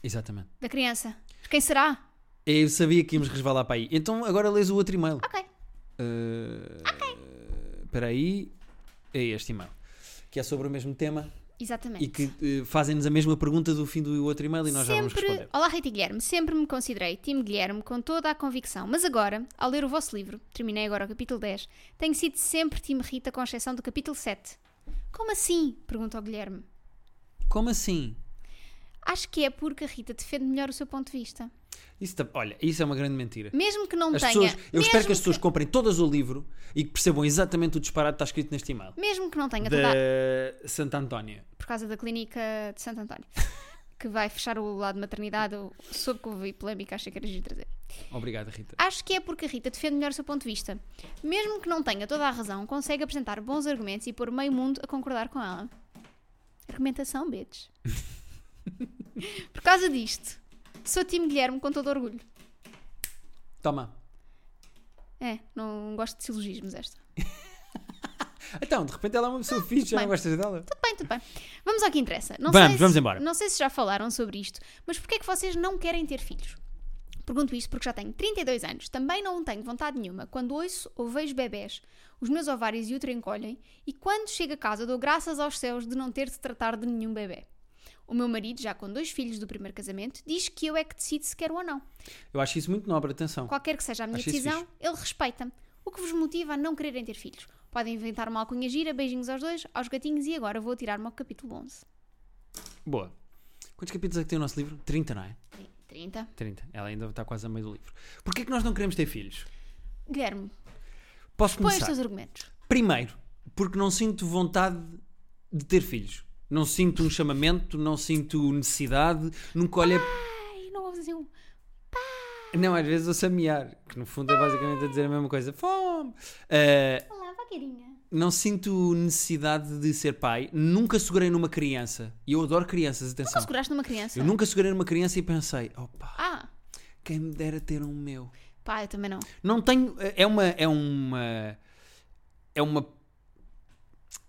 Speaker 2: Exatamente.
Speaker 1: da criança. Quem será?
Speaker 2: Eu sabia que íamos resvalar para aí. Então agora lês o outro e-mail. Eh,
Speaker 1: Ok.
Speaker 2: Espera aí, é este e-mail. Que é sobre o mesmo tema
Speaker 1: Exatamente.
Speaker 2: e que eh, fazem-nos a mesma pergunta do fim do outro e-mail e nós já vamos
Speaker 1: sempre,
Speaker 2: responder.
Speaker 1: olá Rita e Guilherme, sempre me considerei time Guilherme com toda a convicção, mas agora, ao ler o vosso livro, terminei agora o capítulo 10, tenho sido sempre time Rita com exceção do capítulo 7. Como assim? perguntou Guilherme.
Speaker 2: Como assim?
Speaker 1: Acho que é porque a Rita defende melhor o seu ponto de vista.
Speaker 2: Isso, tá- olha, isso é uma grande mentira.
Speaker 1: Mesmo que não
Speaker 2: As
Speaker 1: tenha,
Speaker 2: pessoas, eu espero
Speaker 1: mesmo
Speaker 2: que as pessoas comprem todas o livro e que percebam exatamente o disparate que está escrito neste e-mail.
Speaker 1: mesmo que não tenha toda,
Speaker 2: Da Santa Antónia.
Speaker 1: por causa da clínica de Santo António, que vai fechar o lado de maternidade, eu soube que houve polémica, achei que era giro trazer.
Speaker 2: Obrigado, Rita.
Speaker 1: Acho que é porque a Rita defende melhor o seu ponto de vista. Mesmo que não tenha toda a razão, consegue apresentar bons argumentos e pôr meio mundo a concordar com ela. Argumentação, bitch. Por causa disto, sou time Guilherme com todo orgulho.
Speaker 2: Toma.
Speaker 1: É, não gosto de silogismos esta.
Speaker 2: Então, de repente ela é uma pessoa fixe, já
Speaker 1: bem.
Speaker 2: não gostas dela?
Speaker 1: Ah, Tudo bem, tudo bem. Vamos ao que interessa. Não
Speaker 2: Vamos,
Speaker 1: sei
Speaker 2: vamos
Speaker 1: se,
Speaker 2: embora.
Speaker 1: Não sei se já falaram sobre isto, mas porquê é que vocês não querem ter filhos? Pergunto isto porque já tenho 32 anos, também não tenho vontade nenhuma. Quando ouço ou vejo bebés, os meus ovários e útero encolhem e quando chego a casa dou graças aos céus de não ter de tratar de nenhum bebê. O meu marido, já com dois filhos do primeiro casamento, diz que eu é que decido se quero ou não.
Speaker 2: Eu acho isso muito nobre, atenção.
Speaker 1: Qualquer que seja a minha
Speaker 2: Acho isso
Speaker 1: decisão, ele respeita-me. O que vos motiva a não quererem ter filhos? Podem inventar uma alcunha gira, beijinhos aos dois, aos gatinhos e agora vou tirar-me ao capítulo 11.
Speaker 2: Boa. Quantos capítulos é que tem o nosso livro? 30, não é?
Speaker 1: 30.
Speaker 2: 30. Ela ainda está quase a meio do livro. Porquê é que nós não queremos ter filhos?
Speaker 1: Guilherme,
Speaker 2: Posso
Speaker 1: põe os
Speaker 2: começar?
Speaker 1: teus argumentos.
Speaker 2: Primeiro, porque não sinto vontade de ter filhos. Não sinto um chamamento, não sinto necessidade, nunca olhei.
Speaker 1: Ai, não ouves assim um...
Speaker 2: Não, às vezes ouço a miar, que no fundo é basicamente a dizer a mesma coisa. Fome! Ah,
Speaker 1: Olá, vaqueirinha.
Speaker 2: não sinto necessidade de ser pai, nunca segurei numa criança. E eu adoro crianças,
Speaker 1: Nunca
Speaker 2: atenção.
Speaker 1: seguraste numa criança?
Speaker 2: Eu nunca segurei numa criança e pensei, opa,
Speaker 1: Ah,
Speaker 2: quem me dera ter um meu.
Speaker 1: pá, eu também não.
Speaker 2: Não tenho. É uma. É uma. É uma.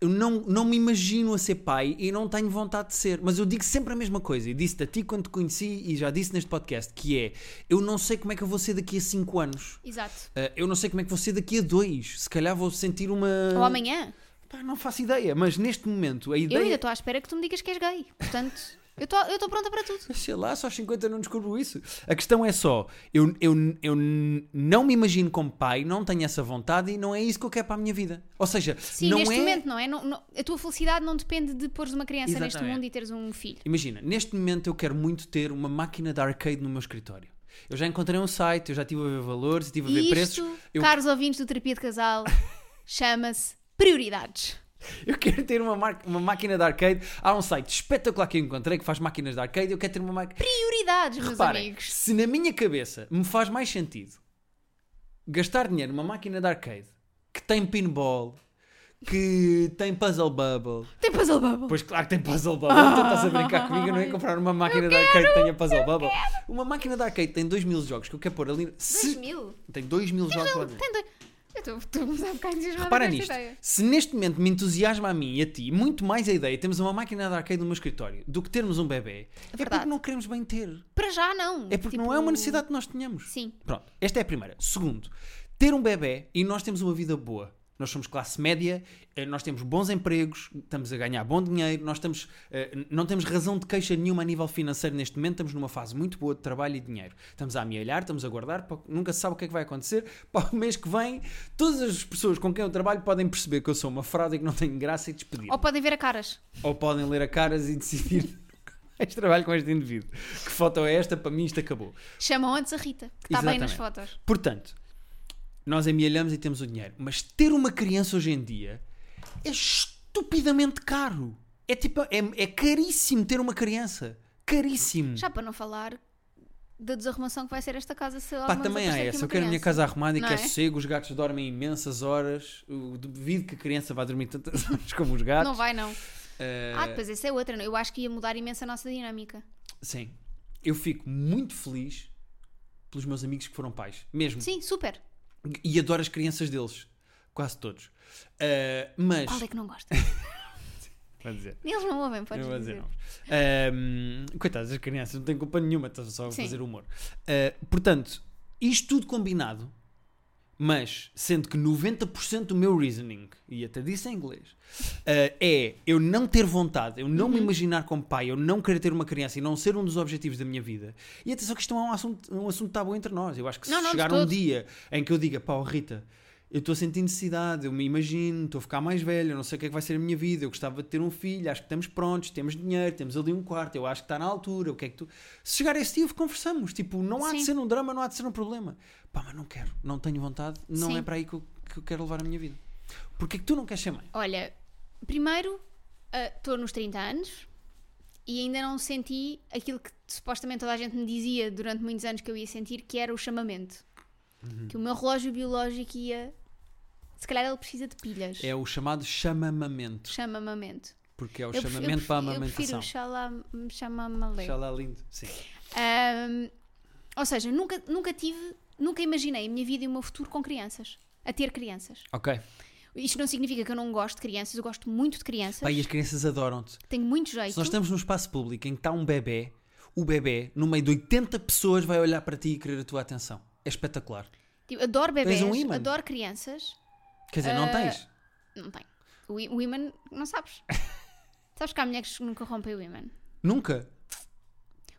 Speaker 2: Eu não, não me imagino a ser pai e não tenho vontade de ser. Mas eu digo sempre a mesma coisa. E disse-te a ti quando te conheci e já disse neste podcast: que é. Eu não sei como é que eu vou ser daqui a 5 anos.
Speaker 1: Exato.
Speaker 2: Ah, eu não sei como é que vou ser daqui a 2. Se calhar vou sentir uma.
Speaker 1: Ou amanhã.
Speaker 2: Pá, não faço ideia. Mas neste momento, a
Speaker 1: Um Eu ainda
Speaker 2: ideia.
Speaker 1: estou à espera que tu me digas que és gay. Portanto, eu estou- eu estou pronta para tudo.
Speaker 2: Sei lá, só aos 50 não descubro isso. A questão é só: eu, eu, eu n- não me imagino como pai, não tenho essa vontade e não é isso que eu quero para a minha vida. Ou seja,
Speaker 1: Sim,
Speaker 2: não
Speaker 1: neste
Speaker 2: é.
Speaker 1: momento, não é? Não- não- a tua felicidade não depende de pôres uma criança neste
Speaker 2: Exatamente.
Speaker 1: mundo e teres um filho.
Speaker 2: Imagina, neste momento eu quero muito ter uma máquina de arcade no meu escritório. Eu já encontrei um site, eu já estive a ver valores, estive a ver
Speaker 1: E
Speaker 2: preços.
Speaker 1: isto,
Speaker 2: Eu,
Speaker 1: caros ouvintes do Terapia de Casal, chama-se prioridades.
Speaker 2: eu quero ter uma, mar- uma máquina de arcade. Há um site espetacular que eu encontrei que faz máquinas de arcade. Eu quero ter uma máquina.
Speaker 1: Prioridades, meus
Speaker 2: Reparem,
Speaker 1: amigos.
Speaker 2: se na minha cabeça me faz mais sentido gastar dinheiro numa máquina de arcade que tem pinball, que tem puzzle bubble.
Speaker 1: Tem puzzle bubble.
Speaker 2: Pois claro que tem puzzle bubble. Tu estás a brincar comigo, eu não ia comprar uma máquina de arcade que tenha puzzle bubble. Uma máquina de arcade tem 2 mil jogos que eu quero pôr ali. Se-
Speaker 1: 2000?
Speaker 2: Tem 2 mil jogos lá dentro.
Speaker 1: Tem dois. Eu estou- estou a começar um bocado entusiasmada
Speaker 2: Repara
Speaker 1: com esta
Speaker 2: nisto.
Speaker 1: ideia.
Speaker 2: Se neste momento me entusiasma a mim e a ti, muito mais a ideia, temos uma máquina de arcade no meu escritório, do que termos um bebê, é, porque
Speaker 1: verdade.
Speaker 2: não queremos bem ter.
Speaker 1: Para já, não.
Speaker 2: É porque não
Speaker 1: Tipo,
Speaker 2: é uma necessidade que nós tenhamos.
Speaker 1: Sim.
Speaker 2: Pronto, esta é a primeira. Segundo, ter um bebê e nós temos uma vida boa. Nós somos classe média, eh, nós temos bons empregos, estamos a ganhar bom dinheiro, nós estamos, eh, não temos razão de queixa nenhuma a nível financeiro neste momento, estamos numa fase muito boa de trabalho e dinheiro. Estamos a amealhar, estamos a guardar, pá, nunca se sabe o que é que vai acontecer. Para o mês que vem, todas as pessoas com quem eu trabalho podem perceber que eu sou uma fraude e que não tenho graça e despedir.
Speaker 1: Ou podem ver a caras.
Speaker 2: Ou podem ler a caras e decidir nunca mais trabalho com este indivíduo. Que foto é esta? Para mim isto acabou.
Speaker 1: Chamam antes a Rita, que está bem nas
Speaker 2: Exatamente.
Speaker 1: fotos.
Speaker 2: Portanto, nós amealhamos e temos o dinheiro. Mas ter uma criança hoje em dia é estupidamente caro. É tipo, é, é caríssimo ter uma criança. Caríssimo.
Speaker 1: Já para não falar da desarrumação que vai ser esta casa se
Speaker 2: Pá,
Speaker 1: alguma vez
Speaker 2: também há
Speaker 1: aparecer aqui uma
Speaker 2: essa. Eu quero a minha
Speaker 1: criança.
Speaker 2: casa arrumada e
Speaker 1: Não
Speaker 2: quero
Speaker 1: é?
Speaker 2: sossego. Os gatos dormem imensas horas. Eu duvido que a criança vá dormir tantas horas como os gatos.
Speaker 1: Não vai, não.
Speaker 2: Eh,
Speaker 1: Ah, depois essa é outra. não? Eu acho que ia mudar imenso a nossa dinâmica.
Speaker 2: Sim. Eu fico muito feliz pelos meus amigos que foram pais. Mesmo.
Speaker 1: Sim, super.
Speaker 2: E adoro as crianças deles. Quase todos. Eh, mas.
Speaker 1: Qual é que não gosta?
Speaker 2: Vai dizer.
Speaker 1: Eles não ouvem,
Speaker 2: Eu
Speaker 1: podes
Speaker 2: vou dizer
Speaker 1: dizer.
Speaker 2: nomes. Ahm, coitadas, as crianças não têm culpa nenhuma, estão só a
Speaker 1: Sim.
Speaker 2: fazer humor. Ah, portanto, isto tudo combinado, mas sendo que 90% do meu reasoning, e até disse em inglês, ah, é eu não ter vontade, eu
Speaker 1: Uhum.
Speaker 2: não me imaginar como pai, eu não querer ter uma criança e não ser um dos objetivos da minha vida. E atenção que isto não é um assunto, um assunto tabu entre nós. Eu acho que se
Speaker 1: Não, não, de
Speaker 2: chegar um
Speaker 1: todo.
Speaker 2: dia em que eu diga, pá, oh, Rita, eu estou a sentir necessidade, eu me imagino, estou a ficar mais velho, eu não sei o que é que vai ser a minha vida, eu gostava de ter um filho, acho que estamos prontos, temos dinheiro, temos ali um quarto, eu acho que está na altura, o que é que tu. Se chegar a esse dia, conversamos. Tipo, não há de
Speaker 1: Sim.
Speaker 2: ser um drama, não há de ser um problema. Pá, mas não quero, não tenho vontade, não
Speaker 1: Sim.
Speaker 2: é para aí que eu, que eu quero levar a minha vida. Porquê que tu não queres ser mãe?
Speaker 1: Olha, primeiro, estou nos 30 anos e ainda não senti aquilo que supostamente toda a gente me dizia durante muitos anos que eu ia sentir, que era o chamamento.
Speaker 2: Uhum.
Speaker 1: Que o meu relógio biológico ia. Se calhar ele precisa de pilhas.
Speaker 2: É o chamado chamamamento,
Speaker 1: Chamamamento.
Speaker 2: porque é o
Speaker 1: Eu pref- eu
Speaker 2: chamamento para a
Speaker 1: pref- Eu
Speaker 2: amamentação.
Speaker 1: prefiro xalam- chamamale.
Speaker 2: Xalá lindo. Sim.
Speaker 1: Ahm, ou seja, nunca, nunca tive, nunca imaginei a minha vida e o meu futuro com crianças. A ter crianças.
Speaker 2: Ok.
Speaker 1: Isto não significa que eu não gosto de crianças, eu gosto muito de crianças.
Speaker 2: Pá, e as crianças adoram-te.
Speaker 1: Tenho muito jeito.
Speaker 2: Se nós estamos num espaço público em que está um bebê, o bebê, no meio de 80 pessoas, vai olhar para ti e querer a tua atenção. É espetacular.
Speaker 1: Tipo, adoro bebés,
Speaker 2: um ímã.
Speaker 1: adoro crianças.
Speaker 2: Quer dizer, não tens?
Speaker 1: Não tenho. O i- o imã, não sabes. sabes que há mulheres que nunca rompem o imã.
Speaker 2: Nunca.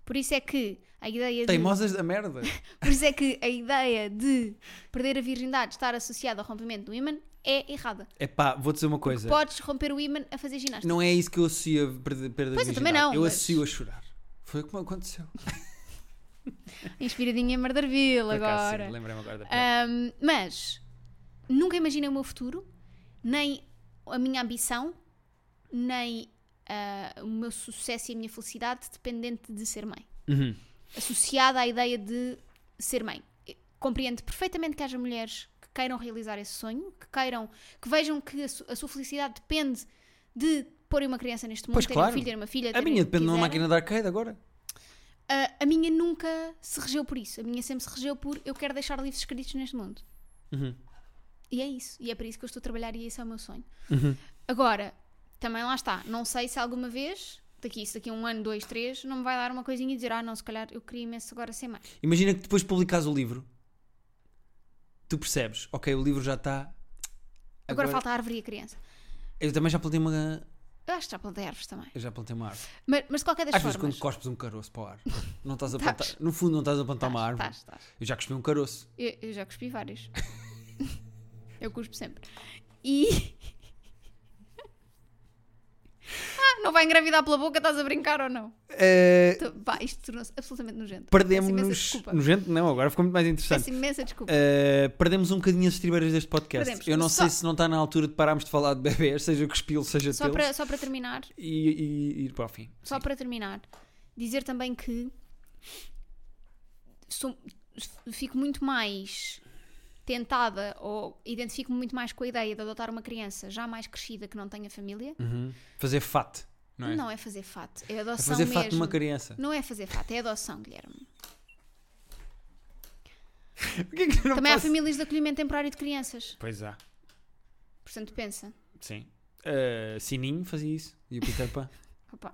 Speaker 1: Por isso é que a ideia de,
Speaker 2: Teimosas da merda.
Speaker 1: por isso é que a ideia de perder a virgindade estar associada ao rompimento do imã é errada.
Speaker 2: É pá, vou dizer uma coisa.
Speaker 1: Podes romper o imã a fazer ginástica.
Speaker 2: Não é isso que eu associo a perder, perder
Speaker 1: Pois,
Speaker 2: a
Speaker 1: eu também
Speaker 2: virgindade.
Speaker 1: não,
Speaker 2: Eu
Speaker 1: mas-
Speaker 2: associo a chorar. Foi como aconteceu.
Speaker 1: Inspiradinha em Mardarville
Speaker 2: Por acaso,
Speaker 1: agora. Eh,
Speaker 2: sim, Lembrei-me agora da piada.
Speaker 1: Ahm, mas nunca imaginei o meu futuro, nem a minha ambição, nem ah, o meu sucesso e a minha felicidade dependente de ser mãe.
Speaker 2: Uhum.
Speaker 1: Associada à ideia de ser mãe. Compreendo perfeitamente que haja mulheres que queiram realizar esse sonho, que queiram, que vejam que a, su- a sua felicidade depende de porem uma criança neste mundo,
Speaker 2: Pois,
Speaker 1: terem um
Speaker 2: claro.
Speaker 1: filho, ter uma filha.
Speaker 2: A
Speaker 1: terem
Speaker 2: minha
Speaker 1: o que
Speaker 2: depende de uma
Speaker 1: quiserem.
Speaker 2: máquina de arcade agora.
Speaker 1: Ah, a minha nunca se regeu por isso. A minha sempre se regeu por eu quero deixar livros escritos neste mundo.
Speaker 2: Uhum.
Speaker 1: E é isso. E é para isso que eu estou a trabalhar e esse é o meu sonho.
Speaker 2: Uhum.
Speaker 1: Agora, também lá está. Não sei se alguma vez, daqui, se daqui a um ano, dois, três, não me vai dar uma coisinha e dizer, ah, não, se calhar eu queria imenso agora ser mãe.
Speaker 2: Imagina que depois publicas o livro. Tu percebes, ok, o livro já está.
Speaker 1: Agora, falta a árvore e a criança.
Speaker 2: Eu também já plantei uma.
Speaker 1: Eu acho que já plantei árvores também.
Speaker 2: Eu já plantei uma árvore.
Speaker 1: Mas, mas de qualquer das
Speaker 2: Às vezes
Speaker 1: formas.
Speaker 2: quando cospes um caroço para o ar, não estás a
Speaker 1: Estás.
Speaker 2: plantar. No fundo não estás a plantar
Speaker 1: Estás,
Speaker 2: uma árvore.
Speaker 1: estás, estás.
Speaker 2: Eu já cuspi um caroço.
Speaker 1: Eu, eu já cuspi vários. eu cuspo sempre. E. ah, não vai engravidar pela boca, estás a brincar ou não? Tô- pá, isto tornou-se absolutamente nojento. Peço imensa
Speaker 2: Eh, Perdemos-nos.
Speaker 1: desculpa.
Speaker 2: Nojento, não, agora ficou muito mais interessante.
Speaker 1: Peço imensa desculpa.
Speaker 2: Uh, perdemos um bocadinho as estribeiras deste podcast.
Speaker 1: Perdemos.
Speaker 2: Eu não
Speaker 1: Só-
Speaker 2: sei se não está na altura de pararmos de falar de bebês, seja cuspilo, seja
Speaker 1: Só
Speaker 2: telos,
Speaker 1: para, só para terminar,
Speaker 2: e, e ir para o fim.
Speaker 1: só para terminar, dizer também que sou- fico muito mais tentada ou identifico-me muito mais com a ideia de adotar uma criança já mais crescida que não tenha família.
Speaker 2: Uhum. Fazer fat, não
Speaker 1: Não
Speaker 2: é?
Speaker 1: é, fazer fato, é
Speaker 2: É
Speaker 1: adoção
Speaker 2: fazer
Speaker 1: mesmo.
Speaker 2: fat numa criança.
Speaker 1: Não é fazer fato, é adoção, Guilherme.
Speaker 2: Porquê que eu não
Speaker 1: Também há
Speaker 2: posso-
Speaker 1: famílias de acolhimento temporário de crianças.
Speaker 2: Pois há,
Speaker 1: Portanto, pensa.
Speaker 2: sim. Uh, Sininho fazia isso. E o Peter Pan.
Speaker 1: Opa.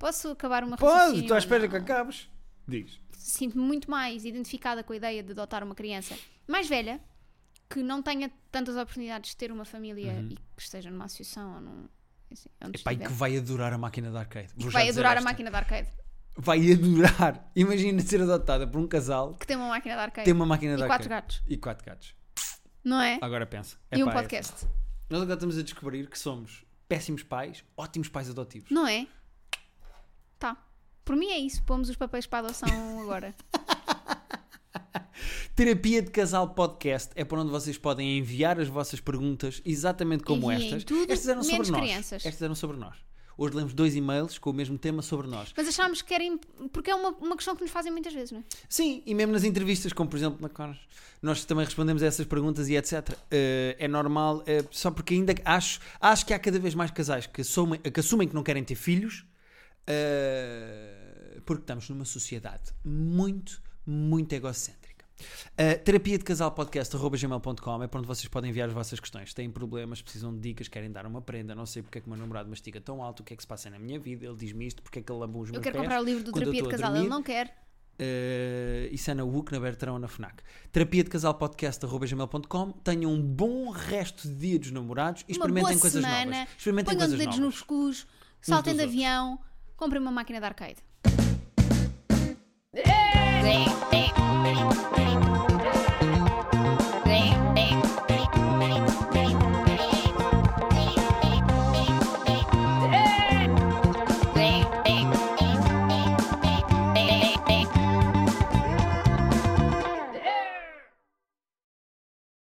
Speaker 1: Posso acabar uma
Speaker 2: Pode,
Speaker 1: raciocínio
Speaker 2: estou
Speaker 1: ou
Speaker 2: à espera que
Speaker 1: não?
Speaker 2: acabes. Diz.
Speaker 1: sinto-me muito mais identificada com a ideia de adotar uma criança mais velha que não tenha tantas oportunidades de ter uma família e que esteja numa associação ou num. Assim, onde
Speaker 2: Pai, Uhum. que
Speaker 1: estiver.
Speaker 2: vai adorar a máquina de arcade. Vou já
Speaker 1: Vai
Speaker 2: dizer
Speaker 1: adorar a
Speaker 2: esta.
Speaker 1: máquina de arcade.
Speaker 2: Vai adorar. Imagina ser adotada por um casal que
Speaker 1: Que tem uma máquina de arcade.
Speaker 2: tem uma máquina de
Speaker 1: e
Speaker 2: arcade.
Speaker 1: quatro gatos,
Speaker 2: E quatro gatos.
Speaker 1: não é?
Speaker 2: Agora pensa.
Speaker 1: e um
Speaker 2: Epá, é-
Speaker 1: podcast,
Speaker 2: Nós agora estamos a descobrir que somos péssimos pais, ótimos pais adotivos.
Speaker 1: não é? Tá. Por mim é isso. Pomos os papéis para a adoção agora.
Speaker 2: Terapia de Casal Podcast é para onde vocês podem enviar as vossas perguntas, exatamente como
Speaker 1: Enviem
Speaker 2: estas.
Speaker 1: tudo,
Speaker 2: estas eram
Speaker 1: menos
Speaker 2: sobre nós.
Speaker 1: crianças.
Speaker 2: Estas eram sobre nós. Hoje lemos dois e-mails com o mesmo tema sobre nós.
Speaker 1: Mas achámos que era. imp- Porque é uma, uma questão que nos fazem muitas vezes, não é?
Speaker 2: Sim, e mesmo nas entrevistas, como por exemplo na Conas, nós também respondemos a essas perguntas e etc. Eh, é normal, eh, só porque ainda acho, acho que há cada vez mais casais que assumem que, assumem que não querem ter filhos, eh, porque estamos numa sociedade muito, muito egocêntrica. Eh, terapia de casal podcast.gmail.com é para onde vocês podem enviar as vossas questões. Têm problemas, precisam de dicas, querem dar uma prenda. Não sei porque é que o meu namorado mastiga tão alto, o que é que se passa na minha vida, ele diz-me isto, porque é que ele lambou os
Speaker 1: Eu
Speaker 2: meus
Speaker 1: quero
Speaker 2: pés
Speaker 1: comprar o livro do
Speaker 2: quando eu
Speaker 1: Terapia de
Speaker 2: estou a
Speaker 1: Casal,
Speaker 2: dormir.
Speaker 1: ele não quer.
Speaker 2: Eh, isso é na UC, na Bertrão ou na FNAC. Terapia de casal podcast.gmail.com. Tenham um bom resto de dia dos namorados e
Speaker 1: uma boa
Speaker 2: experimentem coisas
Speaker 1: semana.
Speaker 2: novas. Experimentem
Speaker 1: ponham os
Speaker 2: coisas
Speaker 1: dedos
Speaker 2: novas. Um
Speaker 1: nos cus, saltem de
Speaker 2: dos outros.
Speaker 1: avião, comprem uma máquina de arcade.